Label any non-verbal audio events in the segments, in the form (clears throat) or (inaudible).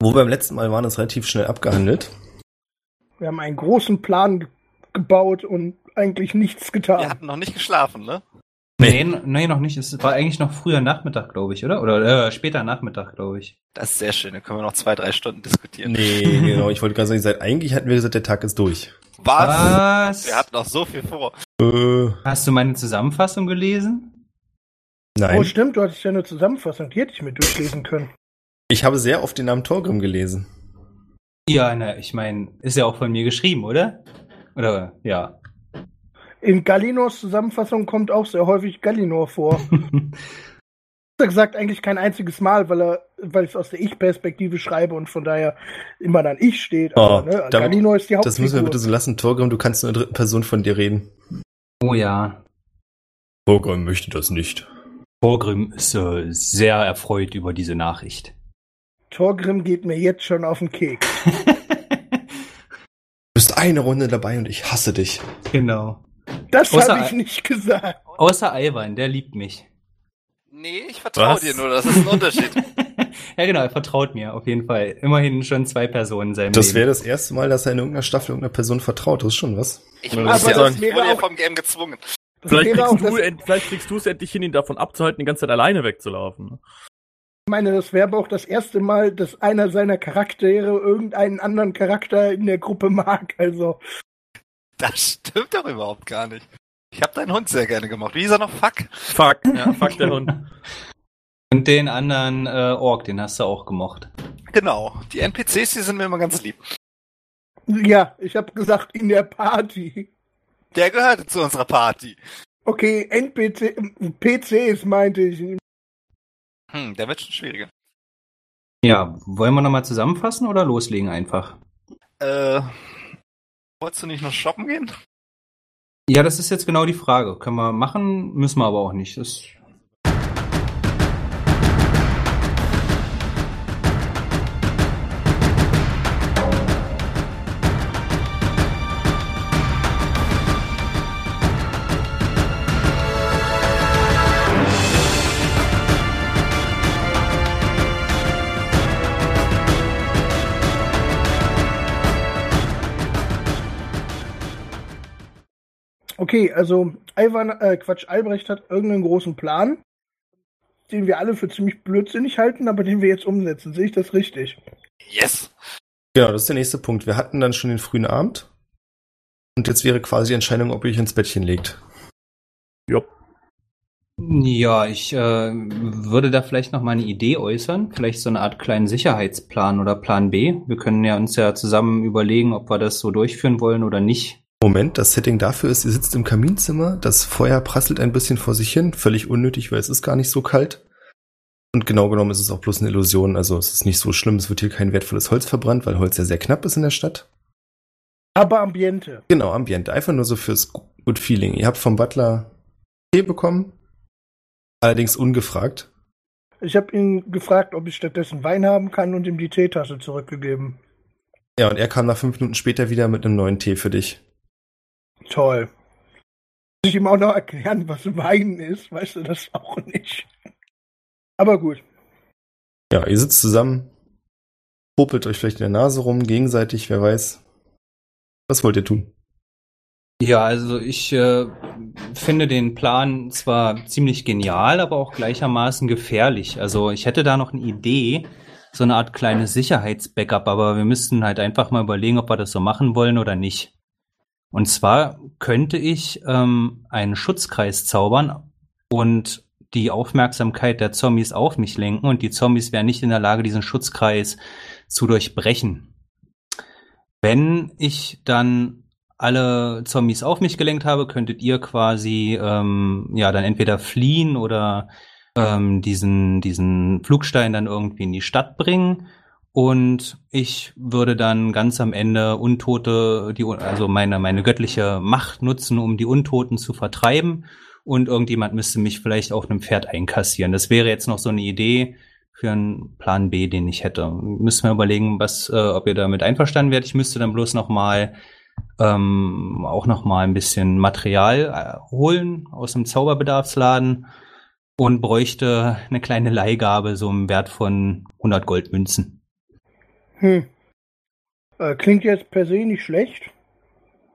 Wo wir beim letzten Mal waren, ist relativ schnell abgehandelt. Wir haben einen großen Plan ge gebaut und eigentlich nichts Wir getan. hatten noch nicht geschlafen, ne? Nee, n- nee, noch nicht. Es war eigentlich noch früher Nachmittag, glaube ich, oder? Oder äh, später Nachmittag, glaube ich. Das ist sehr schön, dann können wir noch zwei, drei Stunden diskutieren. Nee, genau. Ich wollte gerade sagen, seit, eigentlich hatten wir gesagt, der Tag ist durch. Was? Was? Wir hatten noch so viel vor. Äh, Hast du meine Zusammenfassung gelesen? Oh, nein. stimmt, du hattest ja eine Zusammenfassung, die hätte ich mir durchlesen können. Ich habe sehr oft den Namen Torgrim gelesen. Ja, na, ich meine, ist ja auch von mir geschrieben, oder? Oder, ja. In Galinos Zusammenfassung kommt auch sehr häufig (laughs) Galinor vor. Er gesagt eigentlich kein einziges Mal, weil er, weil ich es aus der Ich-Perspektive schreibe und von daher immer dann ich steht. Oh, Aber, ne, damit- Galinor ist die Hauptfigur. Das müssen wir bitte so lassen. Torgrim, du kannst nur in der dritten Person von dir reden. oh ja. Torgrim möchte das nicht. Vorgrim ist äh, sehr erfreut über diese Nachricht. Torgrim geht mir jetzt schon auf den Keks. Du bist eine Runde dabei und ich hasse dich. (laughs) genau. Das Außer- habe ich nicht gesagt. Außer Ivan, der liebt mich. (laughs) Nee, ich vertraue Was? dir nur, das ist ein Unterschied. ja, genau, er vertraut mir auf jeden Fall. Immerhin schon zwei Personen in seinem Das wäre Leben. das erste Mal, dass er in irgendeiner Staffel irgendeiner Person vertraut. Das ist schon was. (laughs) Ich, Aber muss das ja, wäre ich wurde ja auch- vom Game gezwungen. Das Vielleicht wäre auch kriegst, das, du, end, vielleicht kriegst du es endlich hin, ihn davon abzuhalten, die ganze Zeit alleine wegzulaufen. ich meine, das wäre aber auch das erste Mal, dass einer seiner Charaktere irgendeinen anderen Charakter in der Gruppe mag. Also, Das stimmt doch überhaupt gar nicht. Ich habe deinen Hund sehr gerne gemacht. Wie ist er noch? Fuck. Fuck, ja, fuck (laughs) der Hund. Und den anderen äh, Ork, den hast du auch gemocht. Genau. Die NPCs, die sind mir immer ganz lieb. ja, ich habe gesagt, in der Party. Der gehörte zu unserer Party. Okay, NPC, PCs meinte ich. Hm, der wird schon schwieriger. Ja, wollen wir nochmal zusammenfassen oder loslegen einfach? Äh, wolltest du nicht noch shoppen gehen? Ja, das ist jetzt genau die Frage. Können wir machen, müssen wir aber auch nicht. Das Okay, also Ivan, äh, Quatsch, Albrecht hat irgendeinen großen Plan, den wir alle für ziemlich blödsinnig halten, aber den wir jetzt umsetzen. Sehe ich das richtig? Yes. Genau, das ist der nächste Punkt. Wir hatten dann schon den frühen Abend. Und jetzt wäre quasi die Entscheidung, ob ihr euch ins Bettchen legt. ja, ich äh, würde da vielleicht nochmal eine Idee äußern. Vielleicht so eine Art kleinen Sicherheitsplan oder Plan B. Wir können ja uns ja zusammen überlegen, ob wir das so durchführen wollen oder nicht. Moment, das Setting dafür ist, ihr sitzt im Kaminzimmer, das Feuer prasselt ein bisschen vor sich hin, völlig unnötig, weil es ist gar nicht so kalt. Und genau genommen ist es auch bloß eine Illusion, also es ist nicht so schlimm, es wird hier kein wertvolles Holz verbrannt, weil Holz ja sehr knapp ist in der Stadt. Aber Ambiente. Genau, Ambiente, einfach nur so fürs Good Feeling. Ihr habt vom Butler Tee bekommen, allerdings ungefragt. Ich habe ihn gefragt, ob ich stattdessen Wein haben kann und ihm die Teetasse zurückgegeben. Ja, und er kam nach fünf Minuten später wieder mit einem neuen Tee für dich. Toll. Muss ich ihm auch noch erklären, was Wein ist, weißt du das auch nicht. Aber gut. Ja, ihr sitzt zusammen, popelt euch vielleicht in der Nase rum, gegenseitig, wer weiß. Was wollt ihr tun? Ja, also ich äh, finde den Plan zwar ziemlich genial, aber auch gleichermaßen gefährlich. Also ich hätte da noch eine Idee, so eine Art kleines Sicherheitsbackup, aber wir müssten halt einfach mal überlegen, ob wir das so machen wollen oder nicht. Und zwar könnte ich ähm, einen Schutzkreis zaubern und die Aufmerksamkeit der Zombies auf mich lenken und die Zombies wären nicht in der Lage, diesen Schutzkreis zu durchbrechen. Wenn ich dann alle Zombies auf mich gelenkt habe, könntet ihr quasi ähm, ja dann entweder fliehen oder ähm, diesen diesen Flugstein dann irgendwie in die Stadt bringen und ich würde dann ganz am Ende Untote die also meine meine göttliche Macht nutzen, um die Untoten zu vertreiben und irgendjemand müsste mich vielleicht auf einem Pferd einkassieren. Das wäre jetzt noch so eine Idee für einen Plan B, den ich hätte. Müssen wir überlegen, was äh, ob ihr damit einverstanden werdet. Ich müsste dann bloß noch mal ähm, auch noch mal ein bisschen Material äh, holen aus dem Zauberbedarfsladen und bräuchte eine kleine Leihgabe so im Wert von 100 Goldmünzen. Hm. Äh, klingt jetzt per se nicht schlecht.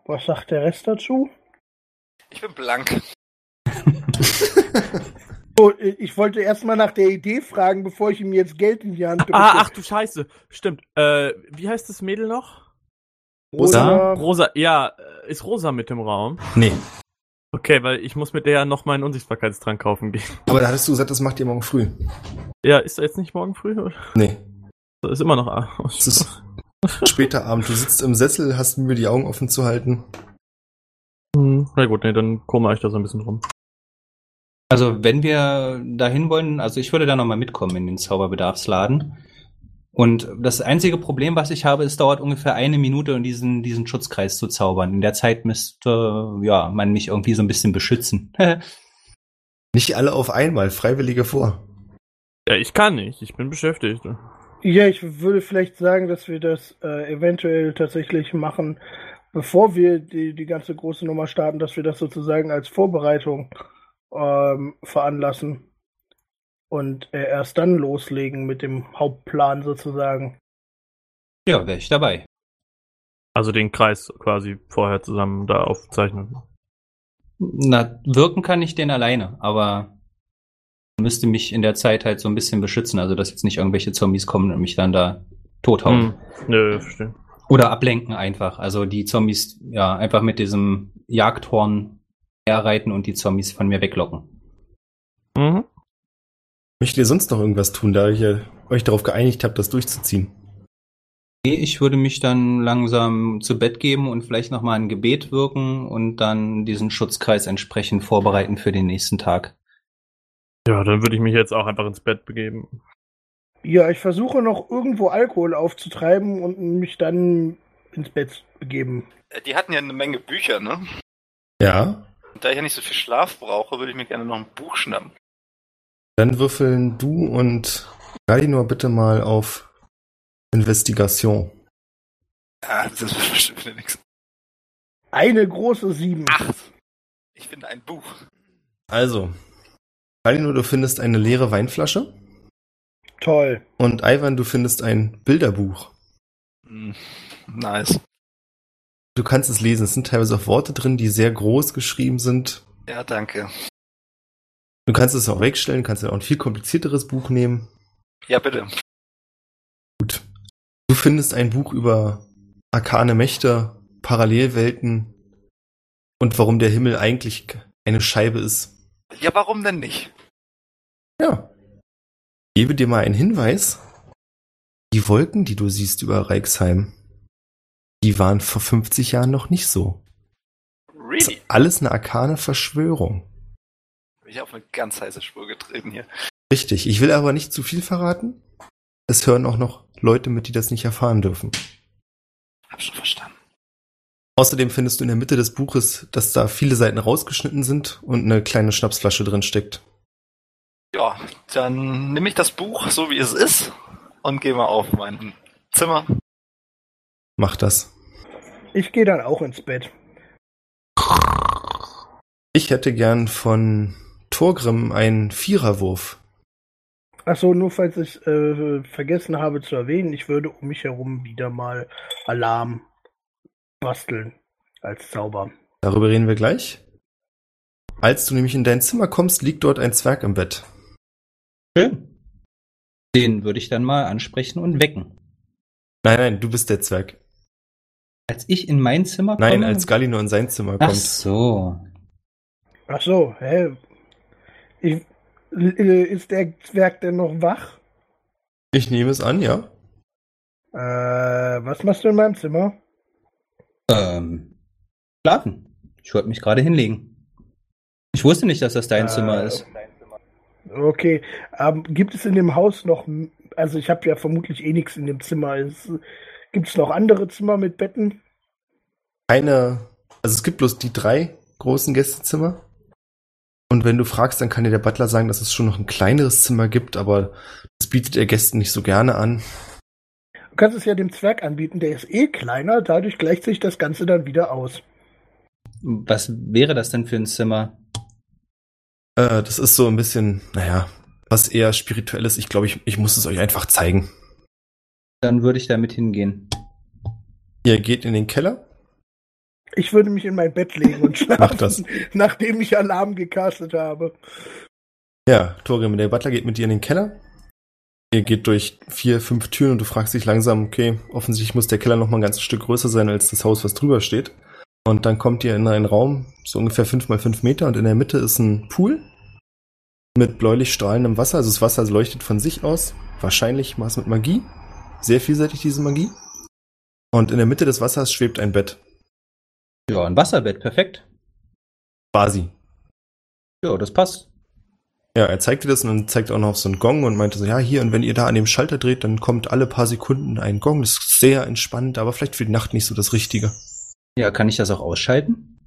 Was sagt der Rest dazu? Ich bin blank. Oh, äh, ich wollte erstmal nach der Idee fragen, bevor ich ihm jetzt Geld in die Hand drücke. Ah, ach du Scheiße. Stimmt. Äh, wie heißt das Mädel noch? Rosa? Oder- Rosa. Ja, äh, ist Rosa mit im Raum? Nee. Okay, weil ich muss mit der ja noch meinen Unsichtbarkeitstrank kaufen gehen. Aber da hattest du gesagt, das macht ihr morgen früh. Ja, ist er jetzt nicht morgen früh? Oder? Nee. Ist immer noch (laughs) Es ist später Abend. Du sitzt im Sessel, hast Mühe, die Augen offen zu halten. Hm, Na gut, nee, dann koma ich da so ein bisschen rum. Also wenn wir dahin wollen, also ich würde da nochmal mitkommen in den Zauberbedarfsladen. Und das einzige Problem, was ich habe, es dauert ungefähr eine Minute, um diesen, diesen Schutzkreis zu zaubern. In der Zeit müsste ja, man mich irgendwie so ein bisschen beschützen. (laughs) Nicht alle auf einmal, Freiwillige vor. Ja, ich kann nicht. Ich bin beschäftigt. Ja, ich würde vielleicht sagen, dass wir das äh, eventuell tatsächlich machen, bevor wir die, die ganze große Nummer starten, dass wir das sozusagen als Vorbereitung ähm, veranlassen und äh, erst dann loslegen mit dem Hauptplan sozusagen. ja, wäre ich dabei. Also den Kreis quasi vorher zusammen da aufzeichnen. Na, wirken kann ich den alleine, aber müsste mich in der Zeit halt so ein bisschen beschützen, also dass jetzt nicht irgendwelche Zombies kommen und mich dann da tothauen. Hm. Nö, verstehe. Oder ablenken einfach. Also die Zombies, ja, einfach mit diesem Jagdhorn herreiten und die Zombies von mir weglocken. Mhm. Möchtet ihr sonst noch irgendwas tun, da ihr euch darauf geeinigt habt, das durchzuziehen? Nee, Ich würde mich dann langsam zu Bett geben und vielleicht nochmal ein Gebet wirken und dann diesen Schutzkreis entsprechend vorbereiten für den nächsten Tag. Ja, dann würde ich mich jetzt auch einfach ins Bett begeben. Ja, ich versuche noch irgendwo Alkohol aufzutreiben und mich dann ins Bett begeben. Äh, Die hatten ja eine Menge Bücher, ne? Ja. Und da ich ja nicht so viel Schlaf brauche, würde ich mir gerne noch ein Buch schnappen. Dann würfeln du und Galinor bitte mal auf Investigation. Ja, Ah, das ist bestimmt wieder nichts. Eine große Sieben. Acht. Ich finde ein Buch. Also, Galinor, du findest eine leere Weinflasche Toll. und Ivan, du findest ein Bilderbuch. Hm, Nice. Du kannst es lesen. Es sind teilweise auch Worte drin, die sehr groß geschrieben sind. Ja, danke. Du kannst es auch wegstellen, kannst ja auch ein viel komplizierteres Buch nehmen. Ja, bitte. Gut. Du findest ein Buch über arkane Mächte, Parallelwelten und warum der Himmel eigentlich eine Scheibe ist. Ja, warum denn nicht? Ja. Gebe dir mal einen Hinweis. Die Wolken, die du siehst über Reichsheim, die waren vor 50 Jahren noch nicht so. Das Really? ist alles eine arkane Verschwörung. Bin ich auf eine ganz heiße Spur getreten hier. Richtig. Ich will aber nicht zu viel verraten. Es hören auch noch Leute mit, die das nicht erfahren dürfen. Hab schon verstanden. Außerdem findest du in der Mitte des Buches, dass da viele Seiten rausgeschnitten sind und eine kleine Schnapsflasche drin steckt. Ja, dann nehme ich das Buch so wie es ist und gehe mal auf mein Zimmer. Mach das. Ich gehe dann auch ins Bett. Ich hätte gern von Torgrim einen Viererwurf. Achso, nur falls ich äh, vergessen habe zu erwähnen, ich würde um mich herum wieder mal Alarm basteln als Zauber. Darüber reden wir gleich. Als du nämlich in dein Zimmer kommst, liegt dort ein Zwerg im Bett. Schön. Den würde ich dann mal ansprechen und wecken. Nein, nein, du bist der Zwerg. Als ich in mein Zimmer komme. Nein, als Galinor in sein Zimmer Oh. Ach kommt. so. Achso, hä? Ich, äh, ist der Zwerg denn noch wach? Ich nehme es an, ja. Äh, was machst du in meinem Zimmer? Ähm, schlafen. Ich wollte mich gerade hinlegen. Ich wusste nicht, dass das dein Äh, Zimmer ist. Okay, ähm, gibt es in dem Haus noch, m- also ich habe ja vermutlich eh nichts in dem Zimmer. Es- Gibt es noch andere Zimmer mit Betten? Eine, also es gibt bloß die drei großen Gästezimmer. Und wenn du fragst, dann kann dir der Butler sagen, dass es schon noch ein kleineres Zimmer gibt, aber das bietet er Gästen nicht so gerne an. Du kannst es ja dem Zwerg anbieten, der ist eh kleiner, dadurch gleicht sich das Ganze dann wieder aus. Was wäre das denn für ein Zimmer? Äh, das ist so ein bisschen, naja, was eher spirituelles. Ich glaube, ich, ich muss es euch einfach zeigen. dann würde ich damit hingehen. Ihr geht in den Keller? Ich würde mich in mein Bett legen (laughs) und schlafen, Macht das. nachdem ich Alarm gecastet habe. Ja, Torim, der Butler geht mit dir in den Keller. Ihr geht durch vier, fünf Türen und du fragst dich langsam, okay, offensichtlich muss der Keller noch mal ein ganzes Stück größer sein als das Haus, was drüber steht. Und dann kommt ihr in einen Raum, so ungefähr fünf mal fünf Meter, und in der Mitte ist ein Pool mit bläulich strahlendem Wasser. Also das Wasser leuchtet von sich aus. Wahrscheinlich war es mit Magie. Sehr vielseitig diese Magie. Und in der Mitte des Wassers schwebt ein Bett. Ja, ein Wasserbett, perfekt. Quasi. Ja, das passt. Ja, er zeigte das und dann zeigt auch noch so einen Gong und meinte so, ja, hier, und wenn ihr da an dem Schalter dreht, dann kommt alle paar Sekunden ein Gong. Das ist sehr entspannt, aber vielleicht für die Nacht nicht so das Richtige. Ja, kann ich das auch ausschalten?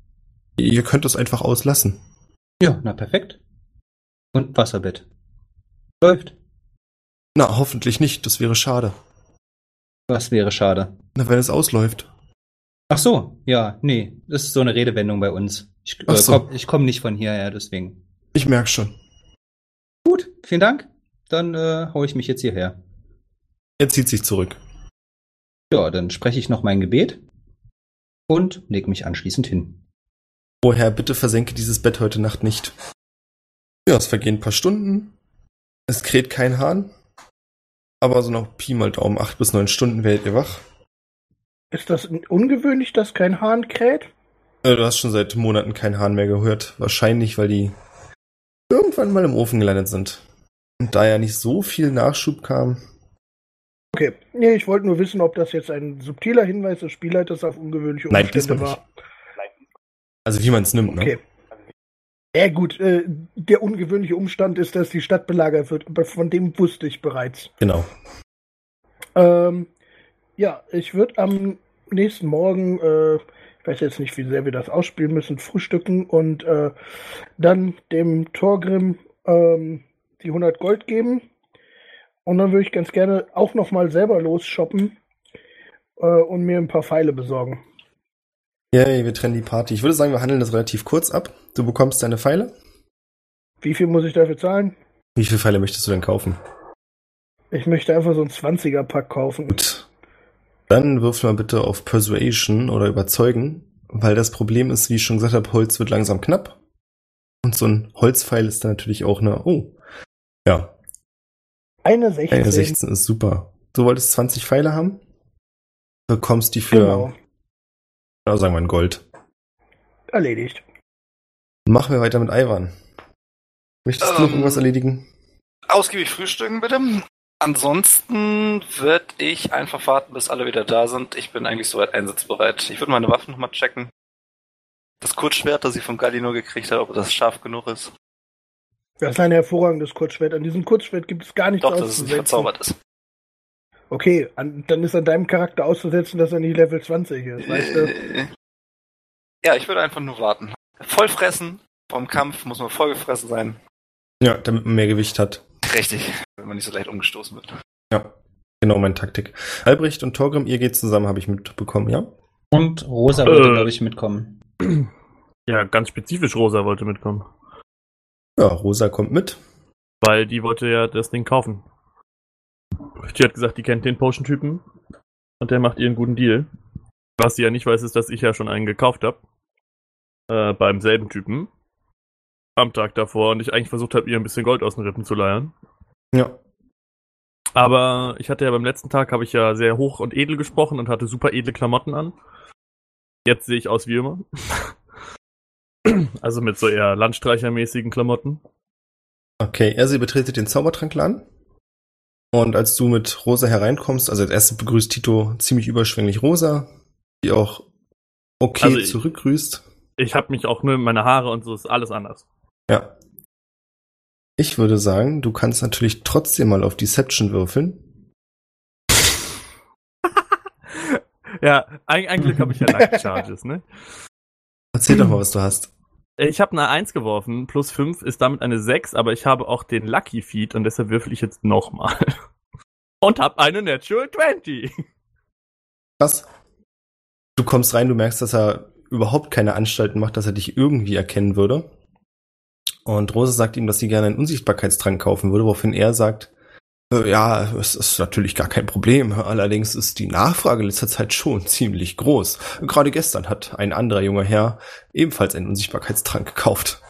Ihr könnt das einfach auslassen. Ja, na perfekt. Und Wasserbett. Läuft. Na, hoffentlich nicht, das wäre schade. Was wäre schade. Na, wenn es ausläuft. Ach so, ja, nee, das ist so eine Redewendung bei uns. Ich äh, Ach so. komme komm nicht von hierher, deswegen. Ich merk schon. Gut, vielen Dank. Dann äh, hau ich mich jetzt hierher. Er zieht sich zurück. Ja, dann spreche ich noch mein Gebet und leg mich anschließend hin. Oh Herr, bitte versenke dieses Bett heute Nacht nicht. Ja, es vergehen ein paar Stunden. Es kräht kein Hahn. Aber so nach Pi mal Daumen, acht bis neun Stunden werdet ihr wach. Ist das ungewöhnlich, dass kein Hahn kräht? Äh, Du hast schon seit Monaten keinen Hahn mehr gehört. Wahrscheinlich, weil die irgendwann mal im Ofen gelandet sind. Und da ja nicht so viel Nachschub kam. Okay, nee, ich wollte nur wissen, ob das jetzt ein subtiler Hinweis des Spielleiters auf ungewöhnliche Nein, Umstände diesmal war. Also wie man es nimmt, Okay. ne? Ja gut, äh, der ungewöhnliche Umstand ist, dass die Stadt belagert wird, aber von dem wusste ich bereits. Genau. Ähm, ja, ich würde am nächsten Morgen, äh, ich weiß jetzt nicht, wie sehr wir das ausspielen müssen, frühstücken und äh, dann dem Torgrim ähm, die 100 Gold geben. Und dann würde ich ganz gerne auch nochmal selber losshoppen äh, und mir ein paar Pfeile besorgen. Yay, wir trennen die Party. Ich würde sagen, wir handeln das relativ kurz ab. Du bekommst deine Pfeile. Wie viel muss ich dafür zahlen? Wie viele Pfeile möchtest du denn kaufen? Ich möchte einfach so einen 20er-Pack kaufen. Gut. Dann wirf mal bitte auf Persuasion oder Überzeugen, weil das Problem ist, wie ich schon gesagt habe, Holz wird langsam knapp. Und so ein Holzpfeil ist dann natürlich auch eine. Oh. Ja, Eine 16. eine 16 ist super. Du wolltest 20 Pfeile haben? Bekommst die für, Genau. ja, sagen wir, ein Gold. Erledigt. Machen wir weiter mit Ivan. Möchtest du noch Ähm. irgendwas erledigen? Ausgiebig frühstücken, bitte. Ansonsten wird ich einfach warten, bis alle wieder da sind. Ich bin eigentlich soweit einsatzbereit. Ich würde meine Waffen nochmal checken. Das Kurzschwert, das ich von Galino gekriegt habe, ob das scharf genug ist. Das ist ein hervorragendes Kurzschwert. An diesem Kurzschwert gibt es gar nichts Doch, dass es nicht verzaubert ist. Okay, an, dann ist an deinem Charakter auszusetzen, dass er nicht Level 20 ist, (laughs) weißt du? Äh, Ja, ich würde einfach nur warten. Vollfressen. Vom Kampf muss man vollgefressen sein. Ja, damit man mehr Gewicht hat. Richtig, wenn man nicht so leicht umgestoßen wird. Ja, genau meine Taktik. Albrecht und Torgrim, ihr geht zusammen, habe ich mitbekommen, ja? Und Rosa würde, Äh. glaube ich, mitkommen. Ja, ganz spezifisch Rosa wollte mitkommen. Ja, Rosa kommt mit. Weil die wollte ja das Ding kaufen. Die hat gesagt, die kennt den Potion-Typen. Und der macht ihr einen guten Deal. Was sie ja nicht weiß, ist, dass ich ja schon einen gekauft habe. Äh, beim selben Typen. Am Tag davor. Und ich eigentlich versucht habe, ihr ein bisschen Gold aus den Rippen zu leiern. Ja, Aber ich hatte ja beim letzten Tag, habe ich ja sehr hoch und edel gesprochen und hatte super edle Klamotten an. Jetzt sehe ich aus wie immer. (laughs) also mit so eher landstreichermäßigen Klamotten. Okay, er sie betretet den Zaubertrankladen. Und als du mit Rosa hereinkommst, also als erstes begrüßt Tito ziemlich überschwänglich Rosa, die auch okay Also ich- zurückgrüßt. Ich habe mich auch nur meine Haare und so ist alles anders. Ja. Ich würde sagen, du kannst natürlich trotzdem mal auf Deception würfeln. Ja, ein, ein Glück habe ich ja Lucky Charges, ne? Erzähl doch mal, was du hast. Ich habe eine 1 geworfen, plus 5 ist damit eine 6, aber ich habe auch den Lucky Feed und deshalb würfel ich jetzt nochmal. (laughs) Und habe eine Natural 20. Was? Du kommst rein, du merkst, dass er überhaupt keine Anstalten macht, dass er dich irgendwie erkennen würde. Und Rosa sagt ihm, dass sie gerne einen Unsichtbarkeitstrank kaufen würde, woraufhin er sagt, Äh, Ja, es ist natürlich gar kein Problem. Allerdings ist die Nachfrage in letzter Zeit schon ziemlich groß. Gerade gestern hat ein anderer junger Herr ebenfalls einen Unsichtbarkeitstrank gekauft.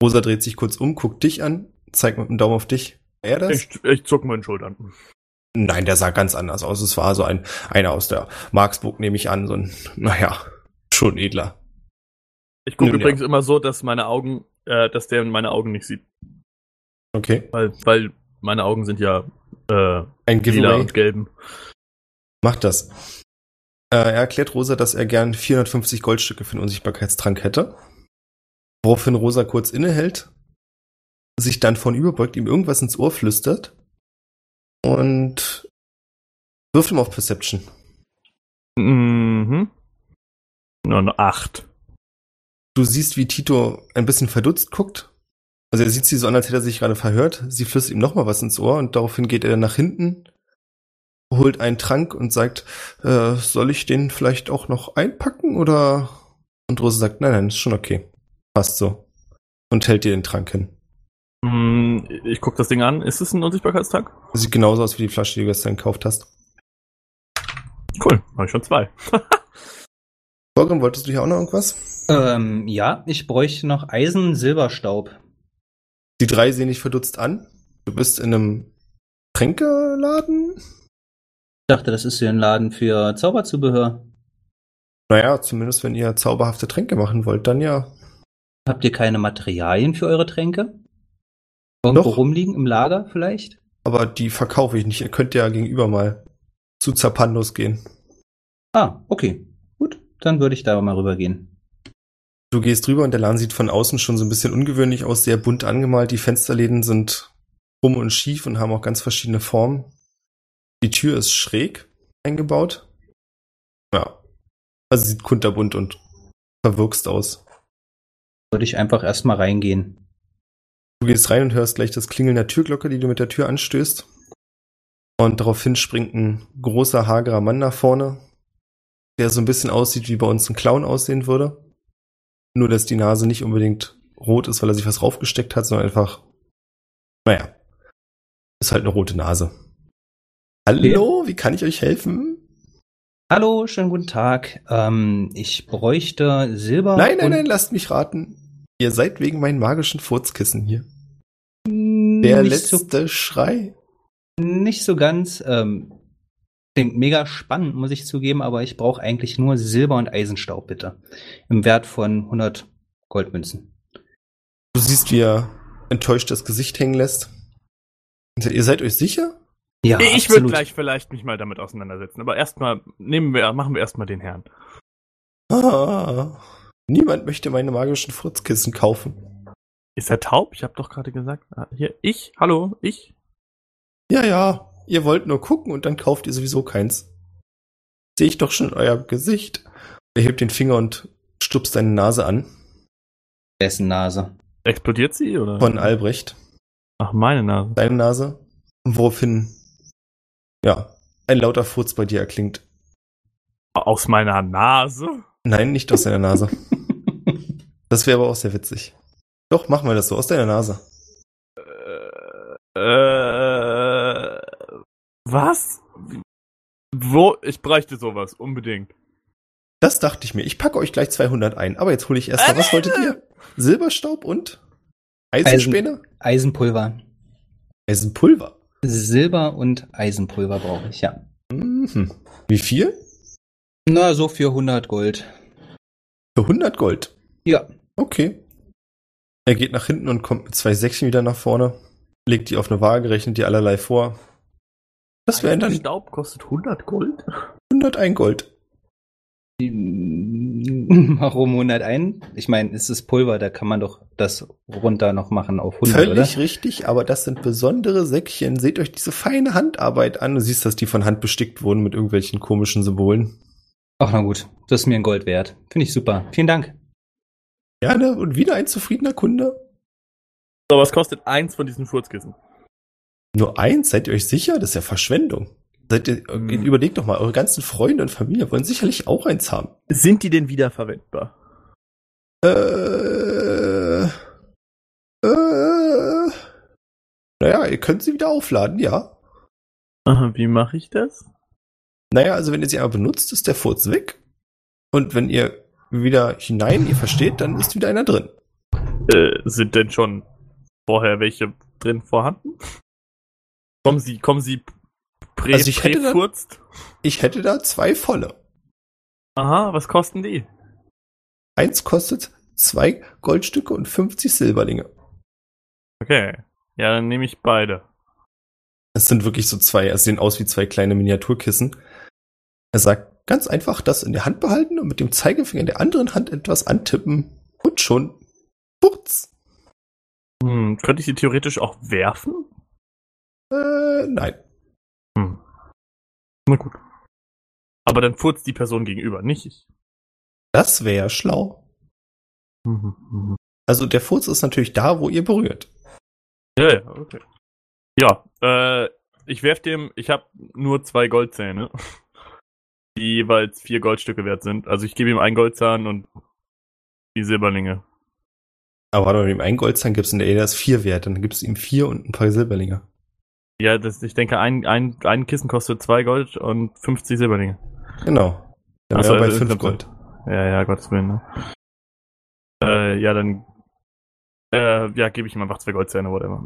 Rosa dreht sich kurz um, guckt dich an, zeigt mit dem Daumen auf dich. Er das? Ich, ich zuck meinen Schultern. Nein, der sah ganz anders aus. Es war so ein, einer aus der Marksburg, nehme ich an, so ein, (laughs) naja, schon edler. Ich gucke Nun ja. übrigens immer so, dass meine Augen, äh, dass der meine Augen nicht sieht. Okay. Weil, weil meine Augen sind ja äh, Ein lila Giveaway. und gelben. Macht das. Äh, er erklärt Rosa, dass er gern 450 Goldstücke für den Unsichtbarkeitstrank hätte. Woraufhin Rosa kurz innehält, sich dann vornüberbeugt, ihm irgendwas ins Ohr flüstert und wirft ihm auf Perception. Mhm. Nur eine acht. Du siehst, wie Tito ein bisschen verdutzt guckt. Also er sieht sie so an, als hätte er sich gerade verhört. Sie flüstert ihm nochmal was ins Ohr und daraufhin geht er dann nach hinten, holt einen Trank und sagt, äh, soll ich den vielleicht auch noch einpacken oder? Und Rose sagt, nein, nein, ist schon okay. Passt so. Und hält dir den Trank hin. Mm, Ich gucke das Ding an. Ist es ein Unsichtbarkeitstag? Sieht genauso aus wie die Flasche, die du gestern gekauft hast. Cool, habe ich schon zwei. Borgrim, wolltest du hier auch noch irgendwas? Ähm, ja, ich bräuchte noch Eisen, Silberstaub. Die drei sehen dich verdutzt an. Du bist in einem Tränkeladen? Ich dachte, das ist hier ein Laden für Zauberzubehör. Naja, zumindest wenn ihr zauberhafte Tränke machen wollt, dann ja. Habt ihr keine Materialien für eure Tränke? Irgendwo Doch. rumliegen im Lager vielleicht? Aber die verkaufe ich nicht. Ihr könnt ja gegenüber mal zu Zapandos gehen. Ah, okay. Gut, dann würde ich da mal rübergehen. Du gehst drüber und der Laden sieht von außen schon so ein bisschen ungewöhnlich aus, sehr bunt angemalt. Die Fensterläden sind krumm und schief und haben auch ganz verschiedene Formen. Die Tür ist schräg eingebaut. Ja. Also sieht kunterbunt und verwirkst aus. Würde ich einfach erstmal reingehen. Du gehst rein und hörst gleich das Klingeln der Türglocke, die du mit der Tür anstößt. Und daraufhin springt ein großer, hagerer Mann nach vorne, der so ein bisschen aussieht, wie bei uns ein Clown aussehen würde. Nur, dass die Nase nicht unbedingt rot ist, weil er sich was raufgesteckt hat, sondern einfach, naja, ist halt eine rote Nase. Hallo, wie kann ich euch helfen? Hallo, schönen guten Tag. Ähm, ich bräuchte Silber. Nein, nein, und- nein, lasst mich raten. Ihr seid wegen meinen magischen Furzkissen hier. Mm, Der nicht so, letzte Schrei. nicht so ganz. Ähm, klingt mega spannend, muss ich zugeben, aber ich brauche eigentlich nur Silber und Eisenstaub, bitte. Im Wert von 100 Goldmünzen. Du siehst, wie er enttäuscht das Gesicht hängen lässt. Und sagt, Ihr seid euch sicher? Ja, ich würde absolut. gleich vielleicht mich mal damit auseinandersetzen. Aber erstmal nehmen wir, machen wir erstmal den Herrn. Ah, niemand möchte meine magischen Furzkissen kaufen. Ist er taub? Ich habe doch gerade gesagt. Ah, hier, ich, hallo, ich. Ja, ja, ihr wollt nur gucken und dann kauft ihr sowieso keins. Sehe ich doch schon in eurem Gesicht. Er hebt den Finger und stupst deine Nase an. Dessen Nase. (laughs) Explodiert sie oder? Von Albrecht. Ach, meine Nase. Deine Nase. Woraufhin, ja, ein lauter Furz bei dir erklingt. Aus meiner Nase? Nein, nicht aus deiner Nase. Das wäre aber auch sehr witzig. Doch, machen wir das so, aus deiner Nase. Äh, was? Wo? Ich bräuchte sowas, unbedingt. Das dachte ich mir. Ich packe euch gleich 200 ein. Aber jetzt hole ich erst mal. Was wolltet ihr? Silberstaub und Eisenspäne? Eisenpulver. Eisenpulver. Silber und Eisenpulver brauche ich, ja. Mhm. Wie viel? Na, so für 100 Gold. (laughs) Für 100 Gold. Ja. Okay. Er geht nach hinten und kommt mit zwei Säckchen wieder nach vorne. Legt die auf eine Waage, rechnet die allerlei vor. Das wären dann Staub kostet 100 Gold? 101 Gold. Warum 101? Ich meine, es ist Pulver, da kann man doch das runter noch machen auf 100, Völlig oder? richtig, aber das sind besondere Säckchen. Seht euch diese feine Handarbeit an. Du siehst, dass die von Hand bestickt wurden mit irgendwelchen komischen Symbolen. Ach, na gut. Das ist mir ein Gold wert. Finde ich super. Vielen Dank. Gerne und wieder ein zufriedener Kunde. So, was kostet eins von diesen Furzkissen? Nur eins, seid ihr euch sicher? Das ist ja Verschwendung. Seid ihr, äh, Hm. Überlegt doch mal, eure ganzen Freunde und Familie wollen sicherlich auch eins haben. Sind die denn wiederverwendbar? Äh, äh, Naja, ihr könnt sie wieder aufladen, ja. Aha, wie mache ich das? Naja, also wenn ihr sie einmal benutzt, ist der Furz weg. Und wenn ihr wieder hinein, ihr versteht, dann ist wieder einer drin. Äh, sind denn schon vorher welche drin vorhanden? Kommen sie, kommen sie prä, Also ich hätte da- furzt? Ich hätte da zwei volle. Aha, was kosten die? Eins kostet zwei Goldstücke und 50 Silberlinge. Okay. Ja, dann nehme ich beide. Es sind wirklich so zwei, es sehen aus wie zwei kleine Miniaturkissen. Er sagt, ganz einfach das in der Hand behalten und mit dem Zeigefinger der anderen Hand etwas antippen und schon putz. Hm, könnte ich sie theoretisch auch werfen? Äh, nein. Hm. Na gut. Aber dann furzt die Person gegenüber, nicht ich. Das wäre ja schlau. Mhm, Also der Furz ist natürlich da, wo ihr berührt. Ja, ja, okay. Ja, äh, ich werf dem, ich habe nur zwei Goldzähne, (laughs) die jeweils vier Goldstücke wert sind. Also ich gebe ihm einen Goldzahn und die Silberlinge. Aber warte mal, dem einen Goldzahn gibt's in der Ehe vier wert, dann gibt's ihm vier und ein paar Silberlinge. Ja, das, ich denke, ein, ein, ein Kissen kostet zwei Gold und 50 Silberlinge. Genau. Dann wäre Ach so, er bei also fünf insgesamt- Gold. Ja, ja, Gottes Willen. Ne? Äh, ja, dann. Äh, ja, gebe ich ihm einfach zwei Goldzähne, whatever.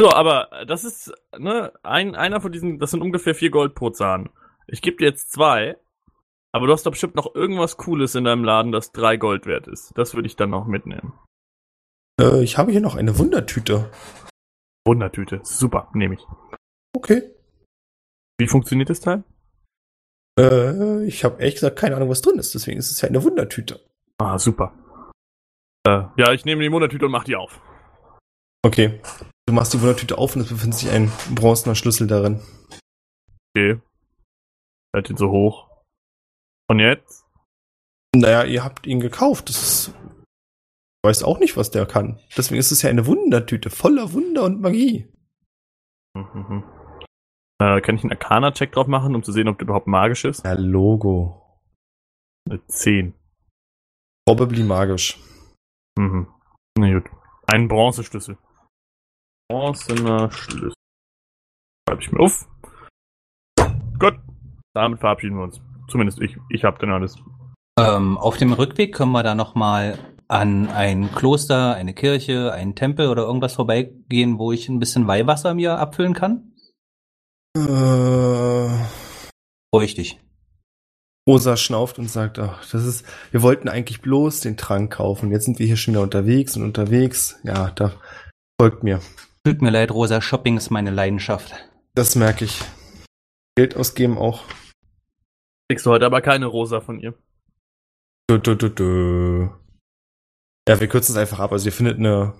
So, aber das ist, ne, ein, einer von diesen, das sind ungefähr vier Gold pro Zahn. Ich gebe dir jetzt zwei, aber du hast doch bestimmt noch irgendwas Cooles in deinem Laden, das drei Gold wert ist. Das würde ich dann noch mitnehmen. Äh, ich habe hier noch eine Wundertüte. Wundertüte, super, nehme ich. Okay. Wie funktioniert das Teil? Äh, ich habe ehrlich gesagt keine Ahnung, was drin ist, deswegen ist es ja eine Wundertüte. Ah, super. Äh, ja, ich nehme die Wundertüte und mach die auf. Okay. Du machst die Wundertüte auf und es befindet sich ein bronzener Schlüssel darin. Okay. Halt ihn so hoch. Und jetzt? Naja, ihr habt ihn gekauft. Das ist. Ich weiß auch nicht, was der kann. Deswegen ist es ja eine Wundertüte voller Wunder und Magie. Mhm. Äh, kann ich einen Arcana-Check drauf machen, um zu sehen, ob der überhaupt magisch ist? Ja, Logo. Eine 10. Probably magisch. Mhm. Na gut. Ein Bronzeschlüssel. Bronzener Schlüssel. Schreibe ich mir auf. Gut. Damit verabschieden wir uns. Zumindest ich. Ich hab dann alles. Ähm, auf dem Rückweg können wir da nochmal an ein Kloster, eine Kirche, einen Tempel oder irgendwas vorbeigehen, wo ich ein bisschen Weihwasser mir abfüllen kann? Äh. Richtig. Rosa schnauft und sagt, ach, das ist, wir wollten eigentlich bloß den Trank kaufen. Jetzt sind wir hier schon wieder unterwegs und unterwegs. Ja, da folgt mir. Tut mir leid, Rosa, Shopping ist meine Leidenschaft. Das merke ich. Geld ausgeben auch. Kriegst du heute aber keine Rosa von ihr. Du, du, du, du. Ja, wir kürzen es einfach ab. Also ihr findet eine